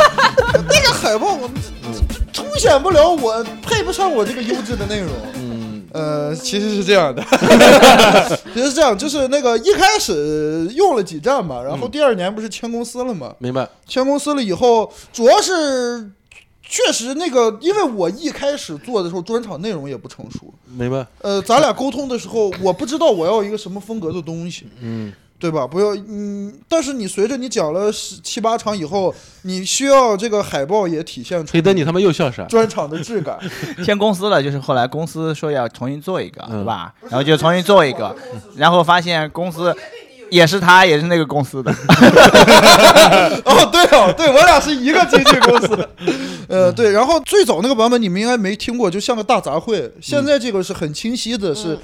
那个海报，我们这这凸显不了我，配不上我这个优质的内容。
嗯
呃，其实是这样的， 其实是这样，就是那个一开始用了几站嘛，然后第二年不是签公司了嘛，
明白。
签公司了以后，主要是确实那个，因为我一开始做的时候，专场内容也不成熟，
明白，
呃，咱俩沟通的时候，我不知道我要一个什么风格的东西，
嗯，
对吧？不要，嗯，但是你随着你讲了十七八场以后，你需要这个海报也体现出
黑灯，你他妈又笑啥？
专场的质感，
签公司了，就是后来公司说要重新做一个，
嗯
对吧？然后就重新做一个，然后发现公司也是他，也是那个公司 的，
哦，对哦，对我俩是一个经纪公司，呃，对。然后最早那个版本你们应该没听过，就像个大杂烩。现在这个是很清晰的，是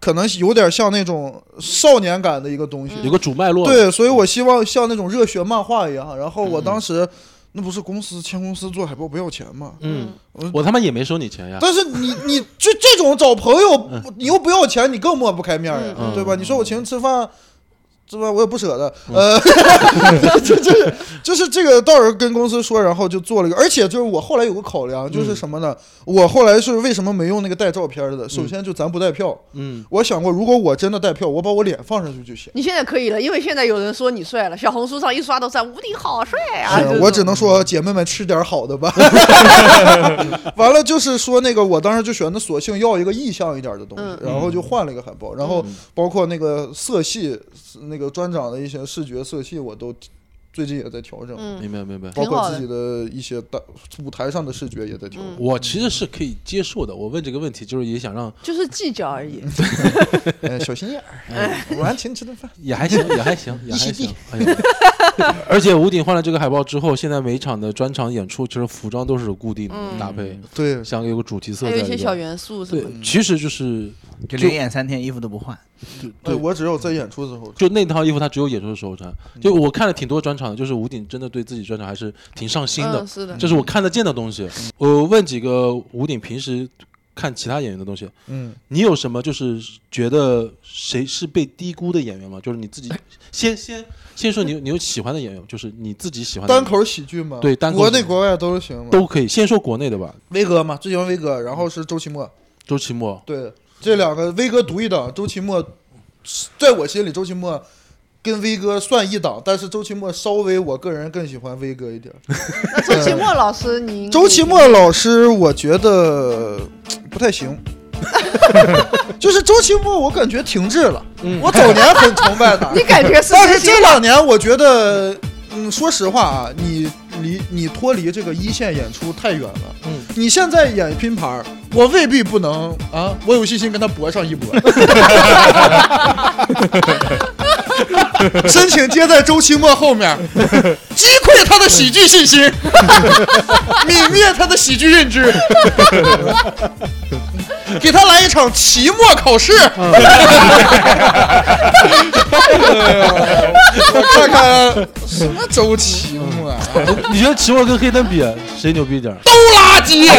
可能有点像那种少年感的一个东西。
有个主脉络，，
对，所以我希望像那种热血漫画一样。然后我当时那不是公司签公司做海报不要钱吗？
嗯，我他妈也没收你钱呀，
但是你你这这种找朋友，你又不要钱，你更抹不开面儿呀，啊
嗯
对吧？
嗯
你说我请你吃饭，是吧？我也不舍得，呃， 就就是就是这个，到时候跟公司说，然后就做了一个。而且就是我后来有个考量，就是什么呢？我后来是为什么没用那个带照片儿的？首先就咱不带票，
嗯，
我想过，如果我真的带票，我把我脸放上去就行。
你现在可以了，因为现在有人说你帅了，小红书上一刷都在吴迪好帅啊
是。
这
我
种
只能说姐妹们吃点好的 吧。完了就是说那个，我当时就选择索性要一个意象一点的东西，
嗯
然后就换了一个海报，然后包括那个色系，那个专长的一些视觉色系，我都最近也在调整，
嗯
明白明白。
包
挺
括
好的
自己的一些大舞台上的视觉也在调整。
嗯
我其实是可以接受的。我问这个问题，就是也想让，
就是计较而
嗯
已。
哎，小心眼
哎
儿，我还请你吃顿饭。
也还行，也还行，也
一
还
起
行。哎呀， 而且吴鼎换了这个海报之后，现在每一场的专场演出，其实服装都是固定的搭配，
对，
像有个主题色
嗯还
在
有
里
一些小
边。
元素什么
对
的。，
其实就是
就连演三天衣服都不换。
对我只有在演出的时候
就那套衣服，他只有演出的时候穿。
嗯
就我看了挺多专场的，就是吴鼎真的对自己专场还是挺上心的
嗯，，是的。
这是我看得见的东西。我问几个吴鼎平时看其他演员的东西，
嗯，
你有什么就是觉得谁是被低估的演员吗？就是你自己
哎
先先先说你有你有喜欢的演员，就是你自己喜欢的演
单
员
口喜剧嘛，
对单口
国内国外都行嘛。
都可以。先说国内的吧，
威哥嘛，最喜欢威哥，然后是周奇墨。
周奇墨。
对，这两个威哥独一档，周奇墨，在我心里周奇墨跟威哥算一档，但是周奇墨稍微我个人更喜欢威哥一点儿。
那周奇墨老师，你
周奇墨老师，我觉得嘖不太 行。就是周奇墨，我感觉停滞了。我早年很崇拜 他，
你感觉是
但
真
是
心
这两年，我觉得，嗯，说实话啊，你离你脱离这个一线演出太远了。
嗯，
你现在演拼盘儿，我未必不能啊，我有信心跟他搏上一搏。 申请接在周奇墨后面，击溃他的喜剧信心，泯灭他的喜剧认知，给他来一场期末考试。我看看什么周奇墨、啊，
你觉得奇墨跟黑灯比啊谁牛逼一点？
都垃圾，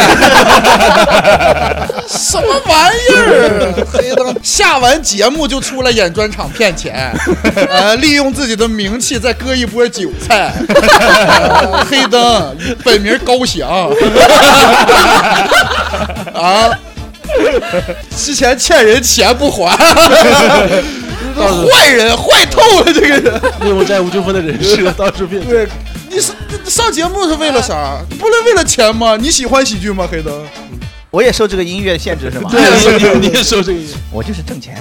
什么玩意儿？黑灯下完节目就出来演专场骗 钱，呃，利用自己的名气再割一波韭 菜。呃黑灯本名高 翔， 啊，之前欠人钱不还。
到时候
坏人，坏透了这个人。
利用债务纠纷的人设，到时候变
对，你是你上节目是为了 啥？不能为了钱吗？你喜欢喜剧吗？黑灯，
我也受这个音乐限制是吗？
对， 你你你也受这个影响。
我就是挣钱。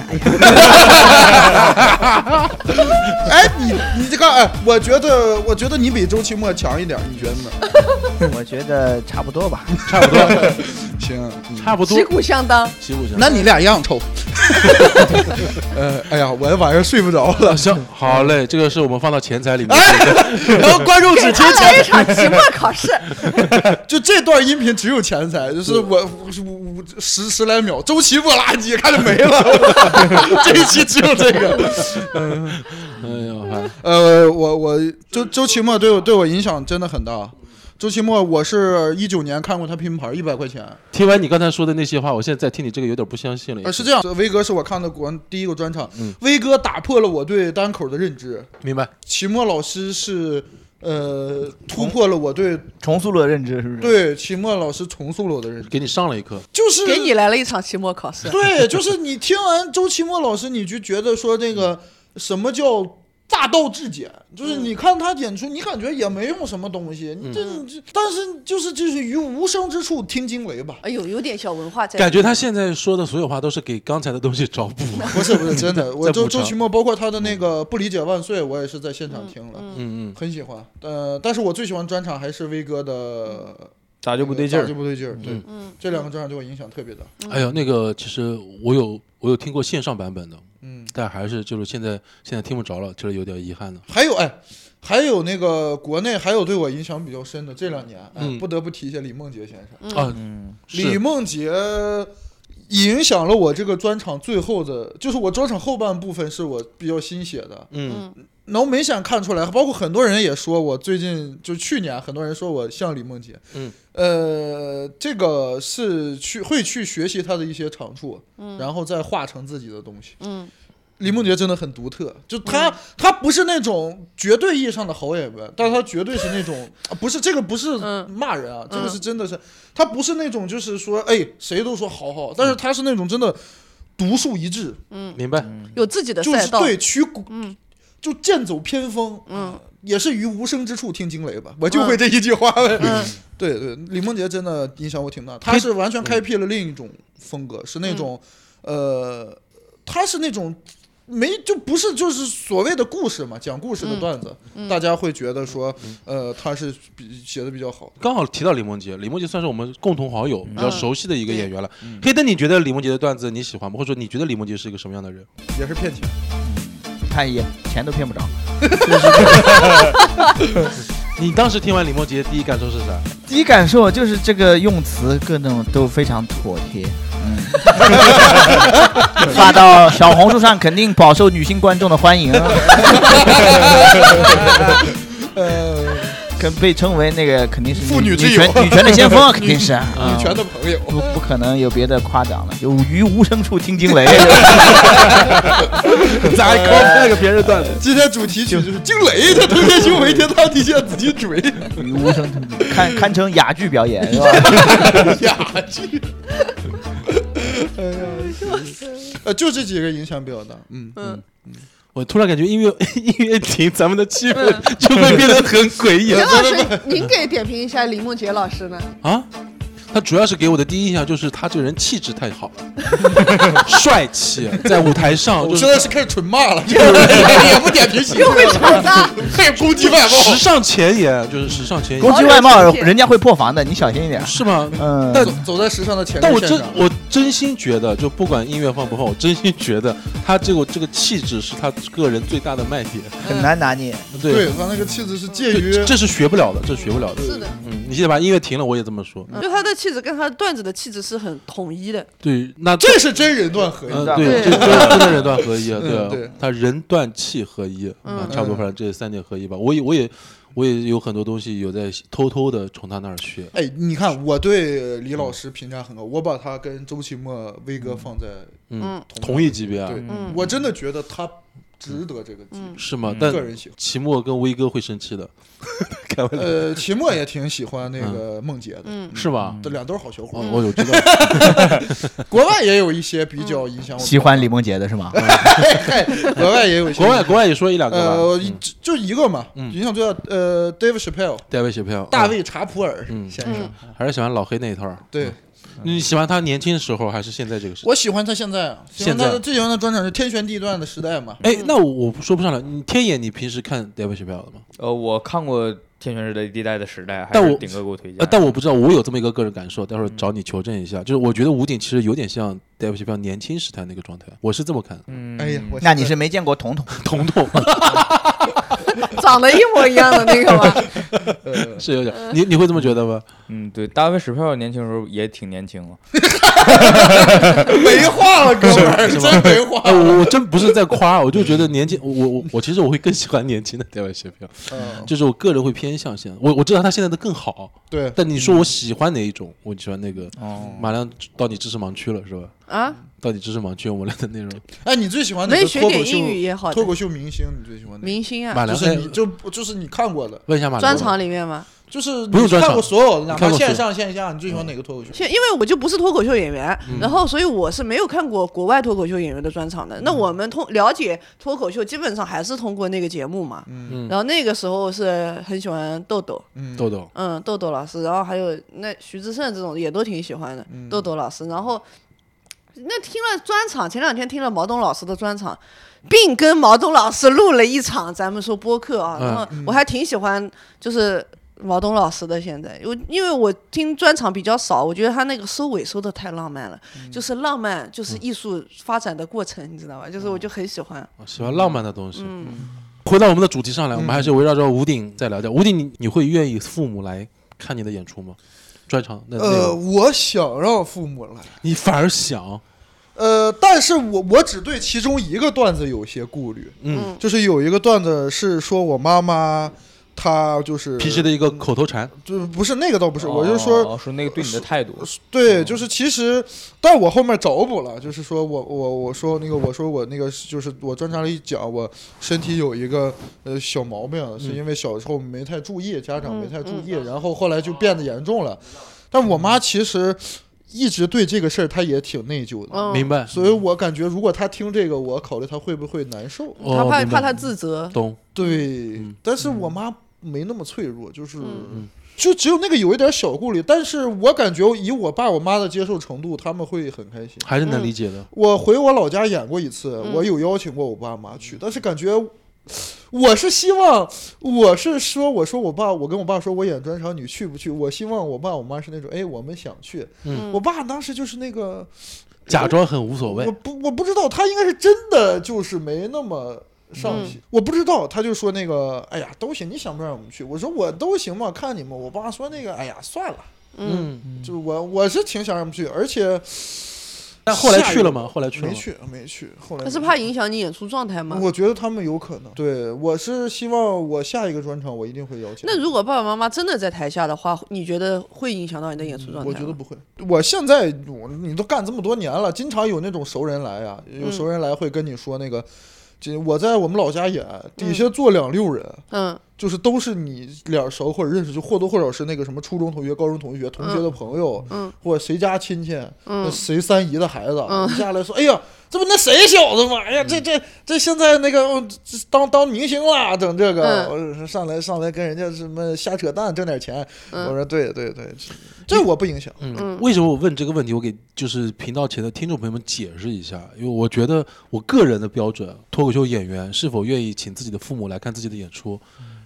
哎呀，
哎，你你这个哎，我觉得我觉得你比周奇墨强一点，你觉得呢？
我觉得差不多吧。
差不多，
行，嗯
差不多
旗，鼓相当。
旗鼓相
那你俩一样臭。 呃，哎呀，我晚上睡不着了。哎
当。行，好嘞，这个是我们放到钱财里
啊
面。
然后观众
给
只听
他来一
钱，
场 期末考试，
嗯就这段音频只有钱财，就是我我我十十来秒，周奇墨垃圾看着没了。 这一期只有这个。
哎呦，还
呃，我我周周奇墨对我对我影响真的很大。周奇墨，我是一九年看过他拼盘，一百块钱。
听完你刚才说的那些话，我现在再听你这个有点不相信了。
呃，是这样，威哥是我看的国第一个专场
嗯，
威哥打破了我对单口的认知。
明白？
奇墨老师是呃突破了我对
重塑了认知是不是？
对奇墨老师重塑了我的认知，
给你上了一课，
就是
给你来了一场期末考试。
对，就是你听完周奇墨老师，你就觉得说那个什么叫大道至简，就是你看他演出，你感觉也没用什么东西，你这你这，但是就是就是于无声之处听惊雷吧。
哎呦，有点小文化在。
感觉他现在说的所有话都是给刚才的东西找补。
不是不是真 的，我
再
周嗯
补
周
偿
奇墨包括他的那个不理解万岁，我也是在现场听了，
嗯嗯，
很喜欢。呃，但是我最喜欢专场还是威哥的。
咋就不对劲
咋
儿
就？不对劲儿。对，
嗯，
这两个专场对我影响特别大。
哎呀，那个其实我有我有听过线上版本的，
嗯，
但还是就是现在现在听不着了，其实有点遗憾呢。
还有哎，还有那个国内还有对我影响比较深的这两年，哎
嗯
不得不提一下李梦洁先生。
嗯
啊，
嗯，
李
是
梦洁影响了我这个专场最后的，就是我专场后半部分是我比较新写的，
嗯，
嗯
能明显看出来。包括很多人也说我最近就去年，很多人说我像李梦洁。
嗯，
呃，这个是去会去学习她的一些长处，然后再化成自己的东西。
嗯，
李梦洁真的很独特，就她，她不是那种绝对意义上的好演员，但是她绝对是那 种，啊不是这个不是
嗯
骂人啊，这个
嗯
是真的是，她不是那种就是说，哎，谁都说好好，但是她是那种真的独树一帜，
明白。
有自己的
就
赛
是
道。
对曲骨，
嗯
就剑走偏锋，啊
嗯，
也是于无声之处听惊雷吧，我就会这一句话。
嗯
对对，李梦洁真的影响我挺大，她是完全开辟了另一种风格，是
嗯
那种，呃，她是那种没就不是就是所谓的故事嘛，讲故事
嗯
的段子，大家会觉得说，呃，她是比写的比较好。
刚好提到李梦洁，李梦洁算是我们共同好友，比较熟悉的一个演员了。黑灯，你觉得李梦洁的段子你喜欢吗？或者说你觉得李梦洁是一个什么样的人？
也是骗钱。
看一眼，钱都骗不着。
你当时听完李梦洁第一感受是啥？
第一感受就是这个用词各种都非常妥帖，嗯， 发到小红书上肯定饱受女性观众的欢迎 啊，
呃，
跟被称为那个肯定是
妇女
女
之
女
友嗯
权女权的先锋啊，肯定是啊。
啊
女权的朋友，
不不可能有别的夸奖了，有于无声处 听惊雷，
咱还刚看个别人段子，
今天主题曲就是惊雷，他推荐行为天塌地陷，紫金锤。
于无声处听惊雷堪堪称哑剧表演是 吧？
哑剧。哎呀，呃，就这几个影响比较大，嗯，
嗯，
我突然感觉音乐 音乐停，咱们的气氛就会变得很诡 异
田
了
老师，您给点评一下李梦洁老师呢？
啊！他主要是给我的第一印象就是他这个人气质 太好了，帅气，在舞台上
我
就
现在
是
是开始纯骂了，也不点评喜剧了， 开始攻击外貌。
时尚前沿，就是时尚前
攻
沿，
击外貌人家会破防的，你小心一点。
是吗？
嗯，
走走在时尚的前
但
列
我
线
真
上，
我真心觉得，就不管音乐放不放，我真心觉得他这个这个气质是他个人最大的卖点。
很难拿捏。
对，他那个气质是介于
这这是学不了的，这是学不了的。
是的，
嗯，你现在把音乐停了，我也这么说。
就他的气质跟他的段子的气质是很统一的。
对，那
这是真人段合
嗯
一，，
对，这
对
这真的人段合一啊，
嗯
对
对
啊，他人段气合一
嗯
啊，差不多，反正这三点合一吧。我也我也我也有很多东西有在偷偷的从他那儿学。
哎，你看我对李老师评价很高，我把他跟周奇墨、威哥放在
嗯
嗯，
同一级别啊，
对
嗯
我真的觉得他值得这个机会。
是吗
嗯？
但
个人喜欢。
齐墨跟威哥会生气的，开玩笑，
呃，秦墨也挺喜欢那个梦洁的，
嗯，
是吧？
这俩都是好小伙
哦
儿。，
我 有知道，
国外也有一些比较
嗯
影响我的，
喜欢李梦洁的是吗？
嗯
嗨国外也有一些
国外国外也说一两个
呃，我
吧
一
嗯，
就就一个嘛，
嗯
影响最大。呃，Dave Chappelle，
大卫雪票，
大卫查普尔
嗯
先生
嗯，
还是喜欢老黑那一套儿。
对
你喜欢他年轻的时候还是现在这个时代？
我喜欢他现在啊，喜欢
现在
他的最喜欢他专场是天旋地转的时代嘛。
哎，那我我说不上来。你天野，你平时看 David s h a p e l 的吗？
呃，我看过《天选之地地带的时代》，还
但
是
我
顶哥给我推荐
呃，
的。
但我不知道，我有这么一个个人感受，待
嗯
会儿找你求证一下。就是我觉得吴鼎其实有点像 David s h a p e l 年轻时代那个状态，我是这么看 的。
嗯
哎呀，我
那你是没见过彤彤，
彤 彤
长得一模一样的那个 吧？
呃
是有点，你你会这么觉得吗？
嗯，对，大卫史票年轻时候也挺年轻了。
没话了，哥们 儿，真没话
哎，。我我真不是在夸， 我就觉得年轻，我
嗯
我我其实我会更喜欢年轻的 David s h a p e l
嗯
就是我个人会偏向现在。我我知道他现在的更好，
对，
但你说我喜欢哪一种？我喜欢那个。
哦，
马上到你知识盲区了是吧？
啊，
到你知识盲区，我们聊的内容。
哎，你最喜欢哪
没
个
学
脱
点
口秀
英语也好的
脱口秀明星你最喜欢哪个？
明星啊，
马良，
就是
哎
你就就是你看过的，
问一下马良
专
吧
场里面嘛。
就是
不用
你
专
看
场
过所有的，哪怕
看过所有
线上线下，你最喜欢哪个脱口秀？
现因为我就不是脱口秀演员，
嗯
然后所以我是没有看过国外脱口秀演员的专场的。
嗯
那我们通了解脱口秀，基本上还是通过那个节目嘛。
嗯
然后那个时候是很喜欢豆豆，
嗯，
豆豆，
嗯，豆豆老师，然后还有那徐志胜这种也都挺喜欢的，
嗯
豆豆老师。然后那听了专场，前两天听了毛东老师的专场，并跟毛东老师录了一场，咱们说播客啊，
嗯
然后我还挺喜欢，就是。毛东老师的现在，我因为我听专场比较少，我觉得他那个收尾收的太浪漫了，
嗯
就是浪漫就是艺术发展的过程，你知道吧？
嗯
就是我就很喜欢，
我喜欢浪漫的东西。
嗯
回到我们的主题上来，我们还是围绕着吴鼎再聊聊。吴鼎，你你会愿意父母来看你的演出吗？专场那那
呃，
种
我想让父母来，
你反而想，
呃，但是我我只对其中一个段子有些顾虑，
嗯，
就是有一个段子是说我妈妈，她就是
平时的一
呃
个口头禅，
就不是那个倒不是，我就
哦
说
哦说那个对你的态度，
对，就是其实，但我后面找补了，就是说我我我说那个我说我那个就是我专场里讲我身体有一个呃小毛病，是因为小时候没太注意，家长没太注意，然后后来就变得严重了，但我妈其实一直对这个事儿她也挺内疚的。
嗯，
明白？
所以我感觉，如果她听这个，我考虑她会不会难受。
哦
他怕
明白
怕他自责，
懂，
对，
嗯
但是我妈没那么脆弱，就是、
嗯
就只有那个有一点小顾虑，但是我感觉以我爸我妈的接受程度，他们会很开心。
还是能理解的。
我回我老家演过一次，
嗯
我有邀请过我爸妈去，但是感觉。我是希望，我是说，我说我爸，我跟我爸说，我演专场，你去不去？我希望我爸我妈是那种，哎，我们想去。
嗯
我爸当时就是那个，
假装很无所谓
我，不我不知道，他应该是真的就是没那么上心，我不知道，他就说那个，哎呀都行，你想不让我们去？我说我都行嘛，看你们。我爸说那个，哎呀算了，
嗯，
就是我我是挺想让他们去，而且
但后来去了吗？后来去了
没
吗？
去没去，后来
他是
没
怕
去
影响你演出状态吗？
我觉得他们有可能，对我是希望我下一个专场我一定会邀请。
那如果爸爸妈妈真的在台下的话，你觉得会影响到你的演出状态吗？
嗯我觉得不会。我现在我你都干这么多年了，经常有那种熟人来啊，有
嗯
熟人来会跟你说那个，这我在我们老家演，底下坐两溜人，
嗯
就是都是你脸熟或者认识，就或多或少是那个什么初中同学、高中同学、同学的朋友，
嗯
或者谁家亲戚，那
嗯
谁三姨的孩子，
嗯
一下来说，哎呀，这不那谁小子吗？哎呀，这这这现在那个、哦这当当明星啦，整这个，
嗯
我说上来上来跟人家什么瞎扯淡，挣点钱。
嗯
我说对对对，这这我不影响。
嗯
嗯，
为什么我问这个问题？我给就是频道前的听众朋友们解释一下，因为我觉得我个人的标准，脱口秀演员是否愿意请自己的父母来看自己的演出，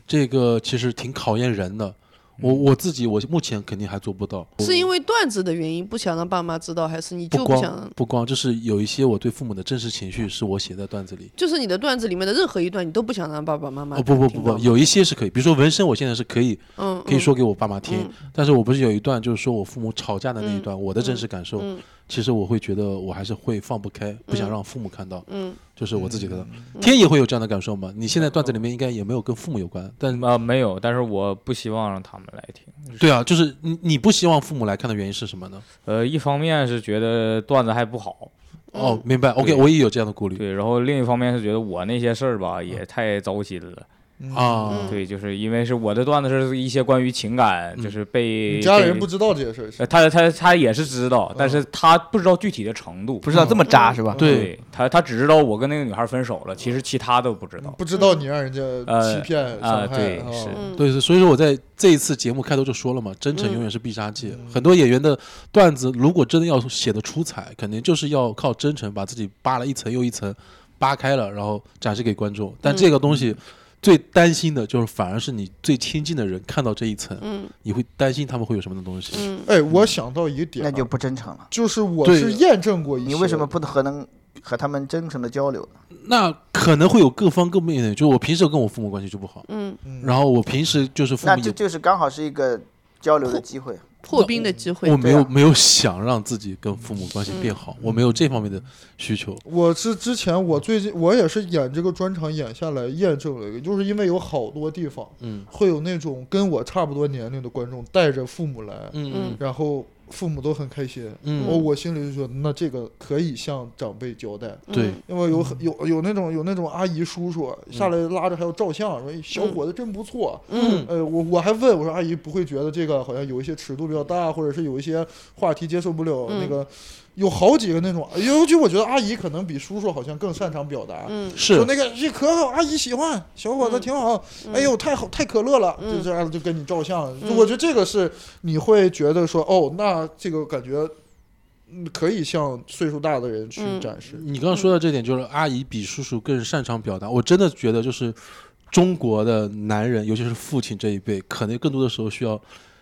这个其实挺考验人的。我我自己，我目前肯定还做不到，
是因为段子的原因不想让爸妈知道，还是你
不
就不
光
想？
不光就是有一些我对父母的真实情绪是我写在段子里。
就是你的段子里面的任何一段，你都不想让爸爸妈妈
哦不不不
听到
不，有一些是可以，比如说纹身，我现在是可以
嗯，
可以
嗯
说给我爸妈听，
嗯
但是我不是有一段就是说我父母吵架的那一段，我的真实感受，
嗯
其实我会觉得我还是会放不开，不想让父母看到，
嗯
就是我自己的。天也会有这样的感受吗？你现在段子里面应该也没有跟父母有关，但
啊，没有，但是我不希望让他们来听。
对啊，就是你你不希望父母来看的原因是什么呢？
呃，一方面是觉得段子还不好，
嗯
哦，明白。OK，
对
我也有这样的顾虑
对，然后另一方面是觉得我那些事儿吧也太糟心了。
嗯
嗯
啊。
对，就是因为是我的段子是一些关于情感，
嗯
就是
你
被
家里
被
人不知道这些事儿是
呃，他他他也是知道，但是他不知道具体的程度。嗯
不知道这么渣是吧？
对，
他，他只知道我跟那个女孩分手了，其实其他都不知
嗯
道。
不知道你让人家
呃
欺骗
啊
伤害
对
哦
是
嗯，
对，所以说我在这一次节目开头就说了嘛，真诚永远是必杀技。
嗯
很多演员的段子，如果真的要写的出彩，肯定就是要靠真诚把自己扒了一层又一层，扒开了，然后展示给观众。但这个东西，
嗯
最担心的就是反而是你最亲近的人看到这一层，
嗯
你会担心他们会有什么的东西。
嗯，
哎，我想到一个点啊，
那就不真诚了。
就是我
对
是验证过一些，
你为什么不和能和他们真诚的交流？
那可能会有各方各面的，就我平时跟我父母关系就不好，
嗯，
嗯？
然后我平时就是父
那
母
这
也。
就是刚好是一个交流的机会。
破冰的机会嗯
我，没
对
有
啊
没有想让自己跟父母关系变好，我没有这方面的需求。
我是之前我最近我也是演这个专场演下来验证了一个，就是因为有好多地方
嗯
会有那种跟我差不多年龄的观众带着父母来，
嗯
然后父母都很开心，
嗯
我我心里就觉得那这个可以向长辈交代。
嗯
对，
因为有很有有那种有那种阿姨叔叔下来拉着还要照相，说哎小伙子真不错。
嗯
呃，我我还问我说阿姨不会觉得这个好像有一些尺度比较大，或者是有一些话题接受不了、
嗯
那个。有好几个那种，尤其我觉得阿姨可能比叔叔好像更擅长表达。
嗯
是
说那个这可好，阿姨喜欢，小伙
嗯
子挺好，
嗯
哎呦太好太可乐了，
嗯
就这样就跟你照相，就
嗯
我觉得这个是你会觉得说哦，那这个感觉，嗯，可以向岁数大的人去
嗯
展示。
你刚刚说的这点，就是阿姨比叔叔更擅长表达。我真的觉得，就是中国的男人，尤其是父亲这一辈，可能更多的时候需要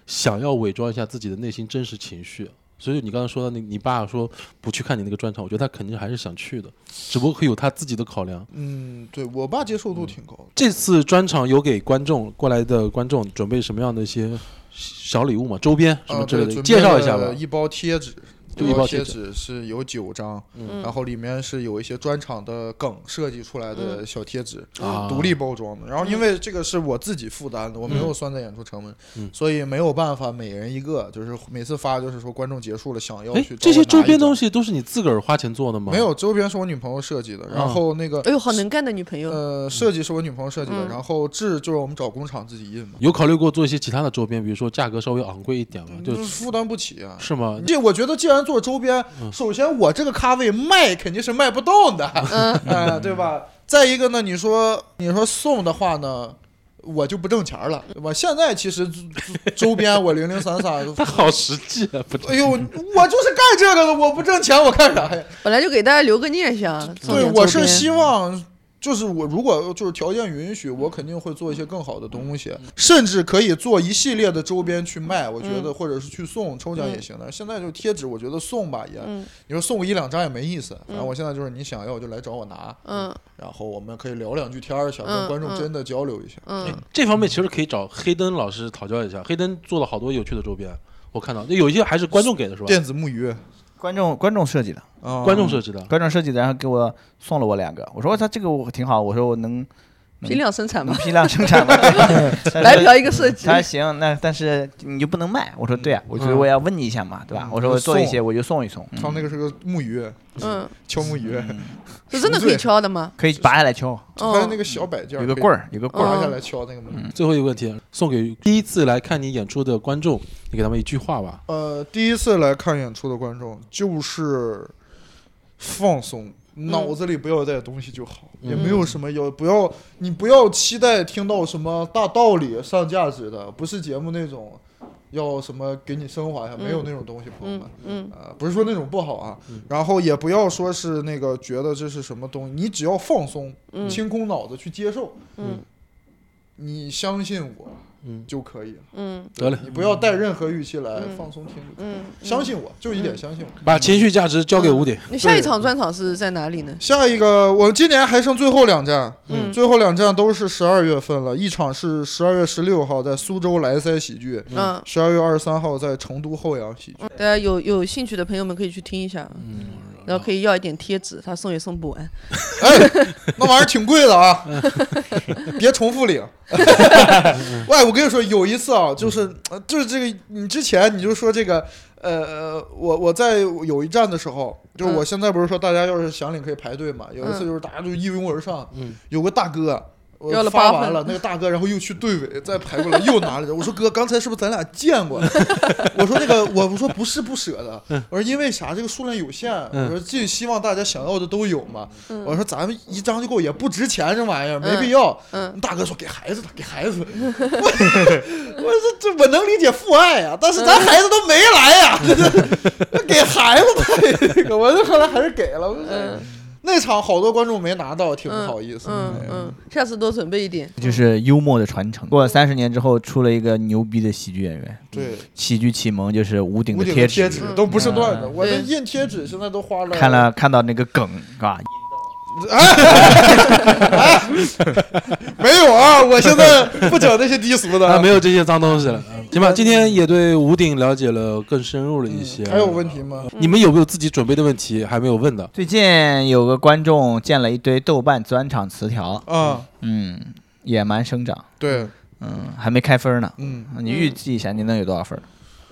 想要伪装一下自己的内心真实情绪。所以你刚刚说到那，你爸说不去看你那个专场，我觉得他肯定还是想去的，只不过会有他自己的考量。
嗯，对我爸接受度挺高的。
这次专场有给观众过来的观众准备什么样的一些小礼物嘛？周边什么
啊，
之
对，
类的，
准备
介绍一下吧
了。一包贴纸，
就
这
一包贴
贴
纸
纸是有九张，
嗯
然后里面是有一些专场的梗设计出来
嗯
的小贴纸，
啊
独立包装的。然后因为这个是我自己负担的，我没有算在演出成本，
嗯
所以没有办法每人一个，就是每次发就是说观众结束了想要
哎
去，找
这
我
些
拿
周
一
边
张
东西都是你自个儿花钱做的吗？
没，有，周边是我女朋友设计的，
啊
然后那个。
哎呦，好能干的女朋友，
呃，设计是我女朋友设计的，
嗯
然后制就是我们找工厂自己印嘛，
有考虑过做一些其他的周边，比如说价格稍微昂贵一点嘛，就
就是负担不起啊。
是吗？
这我觉得，既然做周边，首先我这个咖位卖肯定是卖不动的，
嗯
哎，对吧？再一个呢，你说你说送的话呢，我就不挣钱了，对吧？现在其实周 周边我零零散 散，
他好实际啊，不
哎呦，我就是干这个的，我不挣钱我干啥呀？
本来就给大家留个念
嗯
想。啊做
对，
点
我
周
是
边
希望。就是我如果就是条件允许，我肯定会做一些更好的东
嗯
西，嗯甚至可以做一系列的周边去卖。我觉
嗯
得，或者是去送抽奖也行的。现在就贴纸，我觉得送吧也，
嗯
你说送个一两张也没意思。反正我现在就是你想要就来找我拿，
嗯
然后我们可以聊两句天儿，想跟
嗯
观众
嗯
真的交流一下。
嗯，
这方面其实可以找黑灯老师讨教一下，黑灯做了好多有趣的周边，我看到有一些还是观众给的是吧？
电子木鱼，
观众观众设计的，
啊，
观众设置的，
观众设计的，然后给我送了我两个。我说他这个我挺好，我说我能
批量生产
能
嘛，
批量生产吗？嗯
白嫖一个设计
他。说行，那但是你就不能卖。我说对啊，我觉得我要问你一下嘛，对吧？
嗯
我说我做一些我就送一送，
他们那个是个木鱼，
嗯，
敲木鱼，
是真的可以敲的吗？
可以拔下来敲，
还有
哦嗯
那，个小摆件，
有个棍
儿，
儿，有个棍
拔
儿。
下来敲那个木鱼。
最后一个问题，送给第一次来看你演出的观众，你给他们一句话吧。
呃，第一次来看演出的观众就是放松。脑子里不要带东西就好，也没有什么要不要你不要期待听到什么大道理、上价值的，不是节目那种要什么给你升华一下，没有那种东西，朋友们
嗯。嗯
呃，不是说那种不好啊，然后也不要说是那个觉得这是什么东西，你只要放松，
嗯
清空脑子去接受，
嗯，
你相信我，
嗯
就可以了，
嗯
得嘞，
你不要带任何预期来，
嗯
放松听就可以，
嗯，
相信我，就一点相信我。
把情绪价值交给五点。
你下一场专场是在哪里呢？
下一个，我今年还剩最后两站，
嗯
最后两站都是十二月份了，一场是十二月十六号在苏州莱塞喜剧，
嗯，
十二月二十三号在成都后阳喜剧。
大家有有兴趣的朋友们可以去听一下。啊然后可以要一点贴纸，他送也送不完。
哎，那玩意儿挺贵的啊，
嗯
别重复领。喂，我跟你说，有一次啊，就是
嗯
呃就是这个，你之前你就说这个，呃，我我在有一站的时候，就是我
嗯
现在不是说大家要是想领可以排队嘛，有一次
嗯
就是大家就一拥而上，
嗯
有个大哥。我
要了
发
八
完
份
了，那个大哥，然后又去队尾再排过来，又拿了。我说哥，刚才是不是咱俩见过？ 我说那个，我我说不是不舍得，
嗯
我说因为啥？这个数量有限，
嗯
我说尽希望大家想要的都有嘛。
嗯
我说咱们一张就够，也不值钱这玩意儿，没
嗯
必要。
嗯
大哥说给孩子的，给孩子的。我 我说这我能理解父爱呀、但是咱孩子都没来呀、这 这给孩子配这 个，我就后来还是给了。我说哎
嗯
那场好多观众没拿到，挺不好意思。
嗯嗯，下次多准备一点。
就是幽默的传承。过了三十年之后，出了一个牛逼的喜剧演员，
对，
喜剧启蒙就是屋顶
屋
的
顶的
贴
贴
纸。
纸
嗯
都不是段子，
嗯
我的
对
印贴纸现在都花了。
看了看到那个梗是吧？
没有啊？我现在不讲那些低俗的
啊，
啊。
没有这些脏东西了。
嗯
行吧，今天也对屋顶了解了更深入了一些。
还有问题吗？
你们有没有自己准备的问题还没有问的？
最近有个观众建了一堆豆瓣专场词条，
啊，
嗯，野蛮生长，
对，
嗯，还没开分呢。
嗯，
你预计一下你能有多少分？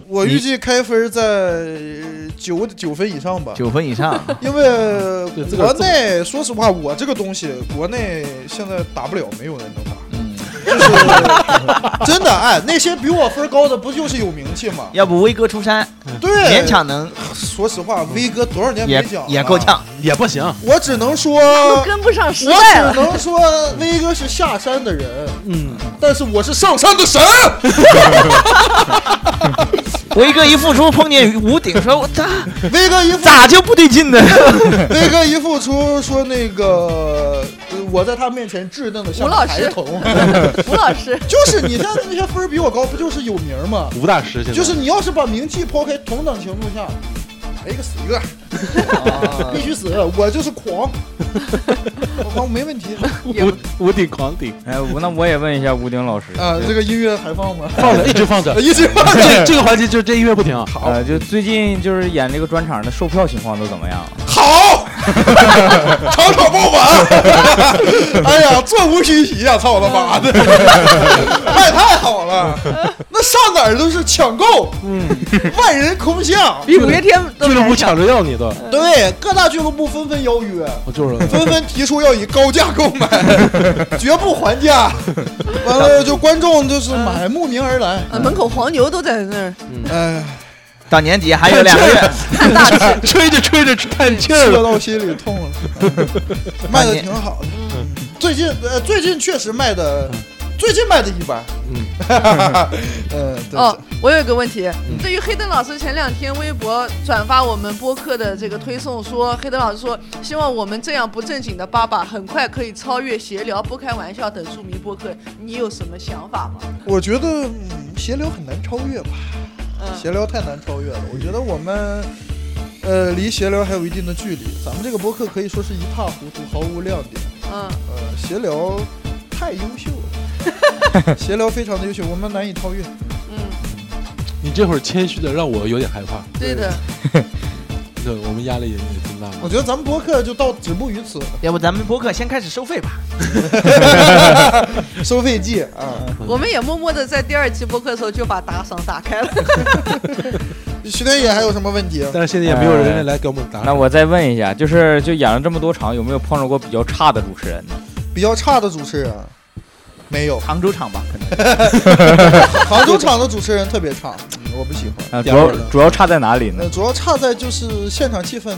我预计开分在九九分以上吧。
九分以上。
因为
对自个
国
儿
内，说实话，我这个东西国内现在打不了，没有人能打。
嗯，
真的，哎，那些比我分高的，不就是有名气吗？
要不威哥出山，
对，
勉。强能，
说实话，威哥多少年没
也
讲了
也够。呛。
也不行，
我只能说，
都
我
跟不上时代
只
了。
能说，威哥是下山的人，
嗯，
但是我是上山 的神。
威哥一付出碰见屋顶，说我咋
威哥一付
咋就不对劲呢？
威哥一付出说那个，呃我在他面前稚嫩的像
吴
个
老
孩
师
童。
吴老师，
就是你现在那些分儿比我高，不就是有名儿吗？
吴大师现在
就是你要是把名气抛开，同等程度下，来一个死一个， 必须死！我就是狂，我狂没问题
屋屋顶狂顶，
哎，我那我也问一下吴丁老师
啊！
对
这个音乐还放吗？，
放着一直放着
一直放着，
这这个环节就是这音乐不停啊。
呃，就最近就是演这个专场的售票情况都怎么样？
好，场场爆满。 哎呀，座无虚席呀！操他妈的，卖太好了，那上哪儿都是抢购，嗯，万人空巷。
比五月天都
俱乐部
难抢。
抢着要你的，
对，各大俱乐部纷纷邀约。
我就是
纷纷提出要以高价购买，绝不还价。完了，就观众就是买慕名而来。
啊，门口黄牛都在那儿
哎呀，
到年底还有两个月，
看大气，
吹着吹着叹气
说
了。
到心里痛 了。卖的挺好的，
嗯
最近呃，最近确实卖的，最近卖的一般。嗯， 嗯，对
哦，，我有一个问题，对于黑灯老师前两天微博转发我们播客的这个推送说，黑灯老师说希望我们这样不正经的爸爸很快可以超越闲聊、不开玩笑等著名播客，你有什么想法吗？
我觉得嗯闲聊很难超越吧，
嗯，
闲聊太难超越了。我觉得我们。呃，离闲聊还有一定的距离。咱们这个播客可以说是一塌糊涂，毫无亮点。
嗯，
呃，闲聊太优秀了， 闲聊非常的优秀，我们难以超越。
嗯，
你这会儿谦虚的让我有点害怕，
对的，
对我们压力也也挺大
我
的。
觉得咱们播客就到止步于此，
要不咱们播客先开始收费吧？，
收费季啊，
我们也默默的在第二期播客的时候就把打赏打开了。
徐天野还有什么问题？啊
但是现在也没有人来给我们打
那
赏。
我再问一下，就是就演了这么多场，有没有碰着过比较差的主持人呢？
比较差的主持人没有
杭州场吧，可能。
杭州场的主持人特别差，嗯我不喜欢。
啊，
第
主
二
要
个呢
主要差在哪里呢
那？主要差在就是现场气氛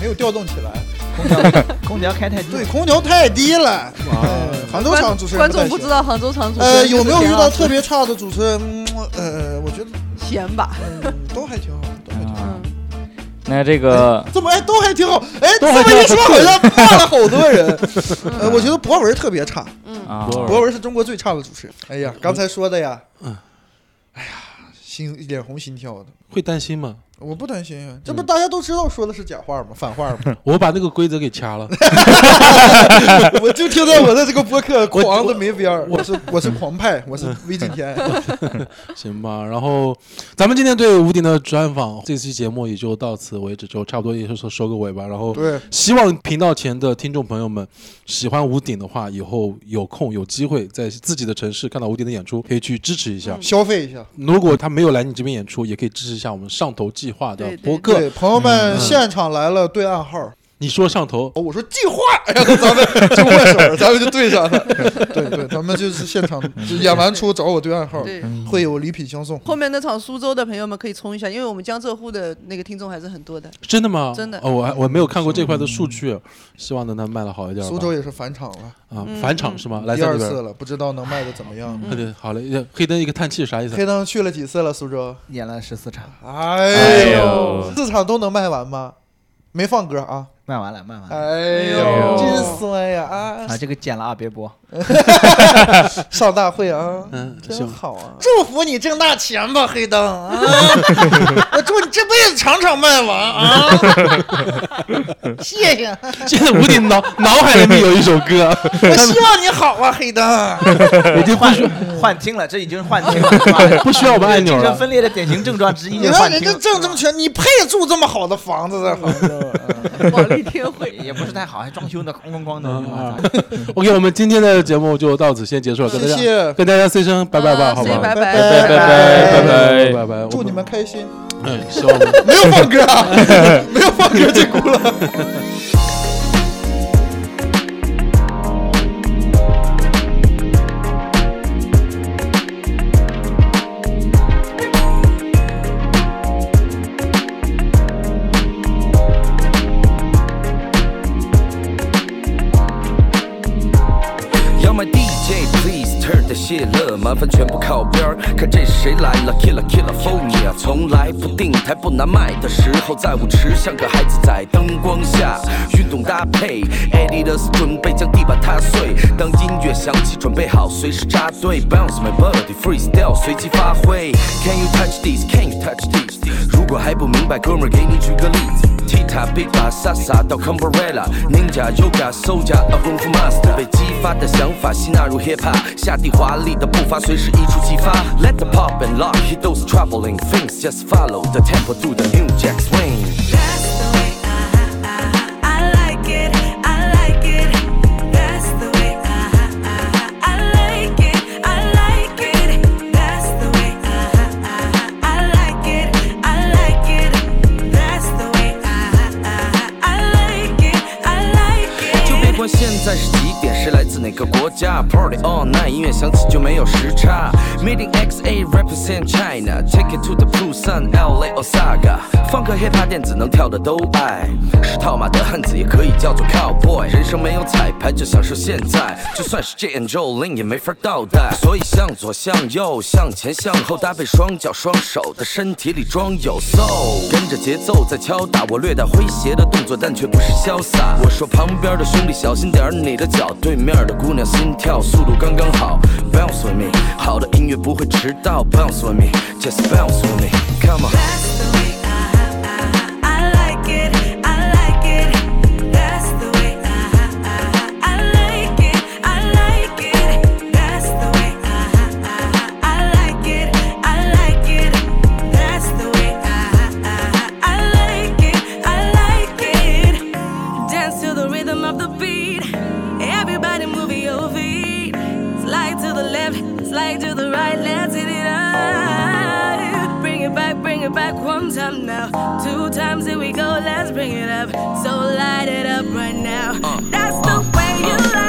没有调动起来，
空调空调开太低
对，，空调太低了。哎杭州场主持人
观
太
众不
行
知。道杭州场主持人
呃，有没有
是
遇
谁啊
到特别差的主持人？嗯呃，我觉得
闲吧？
嗯都还挺好，都还挺好。
啊
嗯，
那这个
这么哎都还挺好，哎
都
这
还
么
挺
一说好
好
像骂了好多人。 呃，我觉得博文特别差，
嗯，
啊，
博
博文是中国最差的主持人。哎呀，刚才说的呀，
嗯
哎呀，心脸红心跳的，
会担心吗？
我不担心啊，这
嗯
不大家都知道说的是假话吗？反话 吗？
我把那个规则给掐了。
我就听到我的这个播客
我嗯
狂的没边儿，我是我是狂派，我是魏晋 天。
行吧，然后咱们今天对吴鼎的专访，这期节目也就到此为止，就差不多也就是收个尾吧。然后
对，
希望频道前的听众朋友们喜欢吴鼎的话，以后有空有机会在自己的城市看到吴鼎的演出，可以去支持一下。
嗯
消费一下。
如果他没有来你这边演出，也可以支持一下我们上头计划的
对对
播客。
对，朋友
嗯
们现场来了对暗号，
你说上头，
哦我说计划，然后咱 们就握手，咱们就对上了。 对对，咱们就是现场就演完出找我对暗
哦
号，
嗯
对，
会有礼品相送。
后面那场苏州的朋友们可以冲一下，因为我们江浙沪的那个听众还是很多的。
真的吗？
真的
哦，我还我没有看过这块的数据，希望能能卖的好一点吧。
苏州也是返场了，
啊，
嗯
返场是吗？来
第
在
二
这
次
边。
了，不知道能卖的怎么样。
对，好嘞，黑灯一个叹气啥意思？
黑灯去了几次了？苏州？
演了十四场，
哎
哎
呦
呦，
四场都能卖完吗？没放歌啊！
卖完了，卖完了。
哎呦，真酸呀！啊，
啊，这个剪了啊，别播。
上大会啊，
嗯
真
行
好啊！
祝福你挣大钱吧，黑 灯啊！我祝你这辈子场场卖完啊！谢谢，
现在吴鼎脑 脑海里面有一首歌，
我希望你好啊，黑灯。
已经不需
幻听了，这已经是幻听了，是吧
不 需要我们按钮
精神
了。
分裂的典型症状之一
你
是
看
幻
人
听
家，挣这么钱，你配住这么好的房子在杭州？
保利天惠，
也不是太好，还装修呢，哐哐哐
啊
的。
OK，我们今天的节目就到此先结束了，跟大
谢
家
谢，
跟大家 say 声拜拜吧，
啊
好
所以
吧
拜？
拜
拜拜拜拜。
拜拜，
祝你们开心。
我们，嗯，希望我们
没有放歌啊， 没有放歌进哭了。
要买 DJ please turn the shit up，麻烦全部靠边儿。看这谁来了，Killa Killa Phonia，从来不定台不拿麦的时候，在舞池像个孩子在灯光下运动搭配。Adidas 准备将地板踏碎，当音乐响起，准备好随时扎堆。Bounce my body freestyle，随机发挥。Can you touch this？Can you touch this？如果还不明白，哥们儿给你举个例子。Tita Biba 傻傻到 Cambrella Ninja Yoga Soja a Kung Fu Master 被激发的想法吸纳入 Hip Hop，下地华丽的步伐随时一触即发。Let the pop and lock hit those troubling things, just follow the tempo to the new jack swing.
That's the way I I like it, I like it. That's the way I I like it, I like it. That's the way I I like it, I like it. That's the way I I like it, I like
就
it.
别管现在是几点，是来自哪个国家，Party all night，音乐响起就没有时差。Meeting XA represent China，Take it to the Busan, LA, Osaka，放克 hiphop 电子能跳的都爱，是套马的汉子也可以叫做 cowboy。人生没有彩排，就享受现在，就算是 J and Jolin 也没法倒带。所以向左向右，向前向后，搭配双脚双手的身体里装有 soul，跟着节奏在敲打，我略带诙谐的动作，但却不是潇洒。我说旁边的兄弟小心点儿你的脚，对面的姑娘心跳速度刚刚好。Bounce with me，好的音乐不会迟到。Bounce with me，just bounce with me，come on。
That's the way I I like it, I like it. That's the way I I like it, I like it. That's the way I I like it, I like it. That's the way I I like it, I like it. Dance to the rhythm of the beat. Everybody move your feet. Slide to the left, slide to the right, let's hit it up. Bring it back, bring it back one time now. Two times here we go, let's bring it up. So light it up right now. That's the way you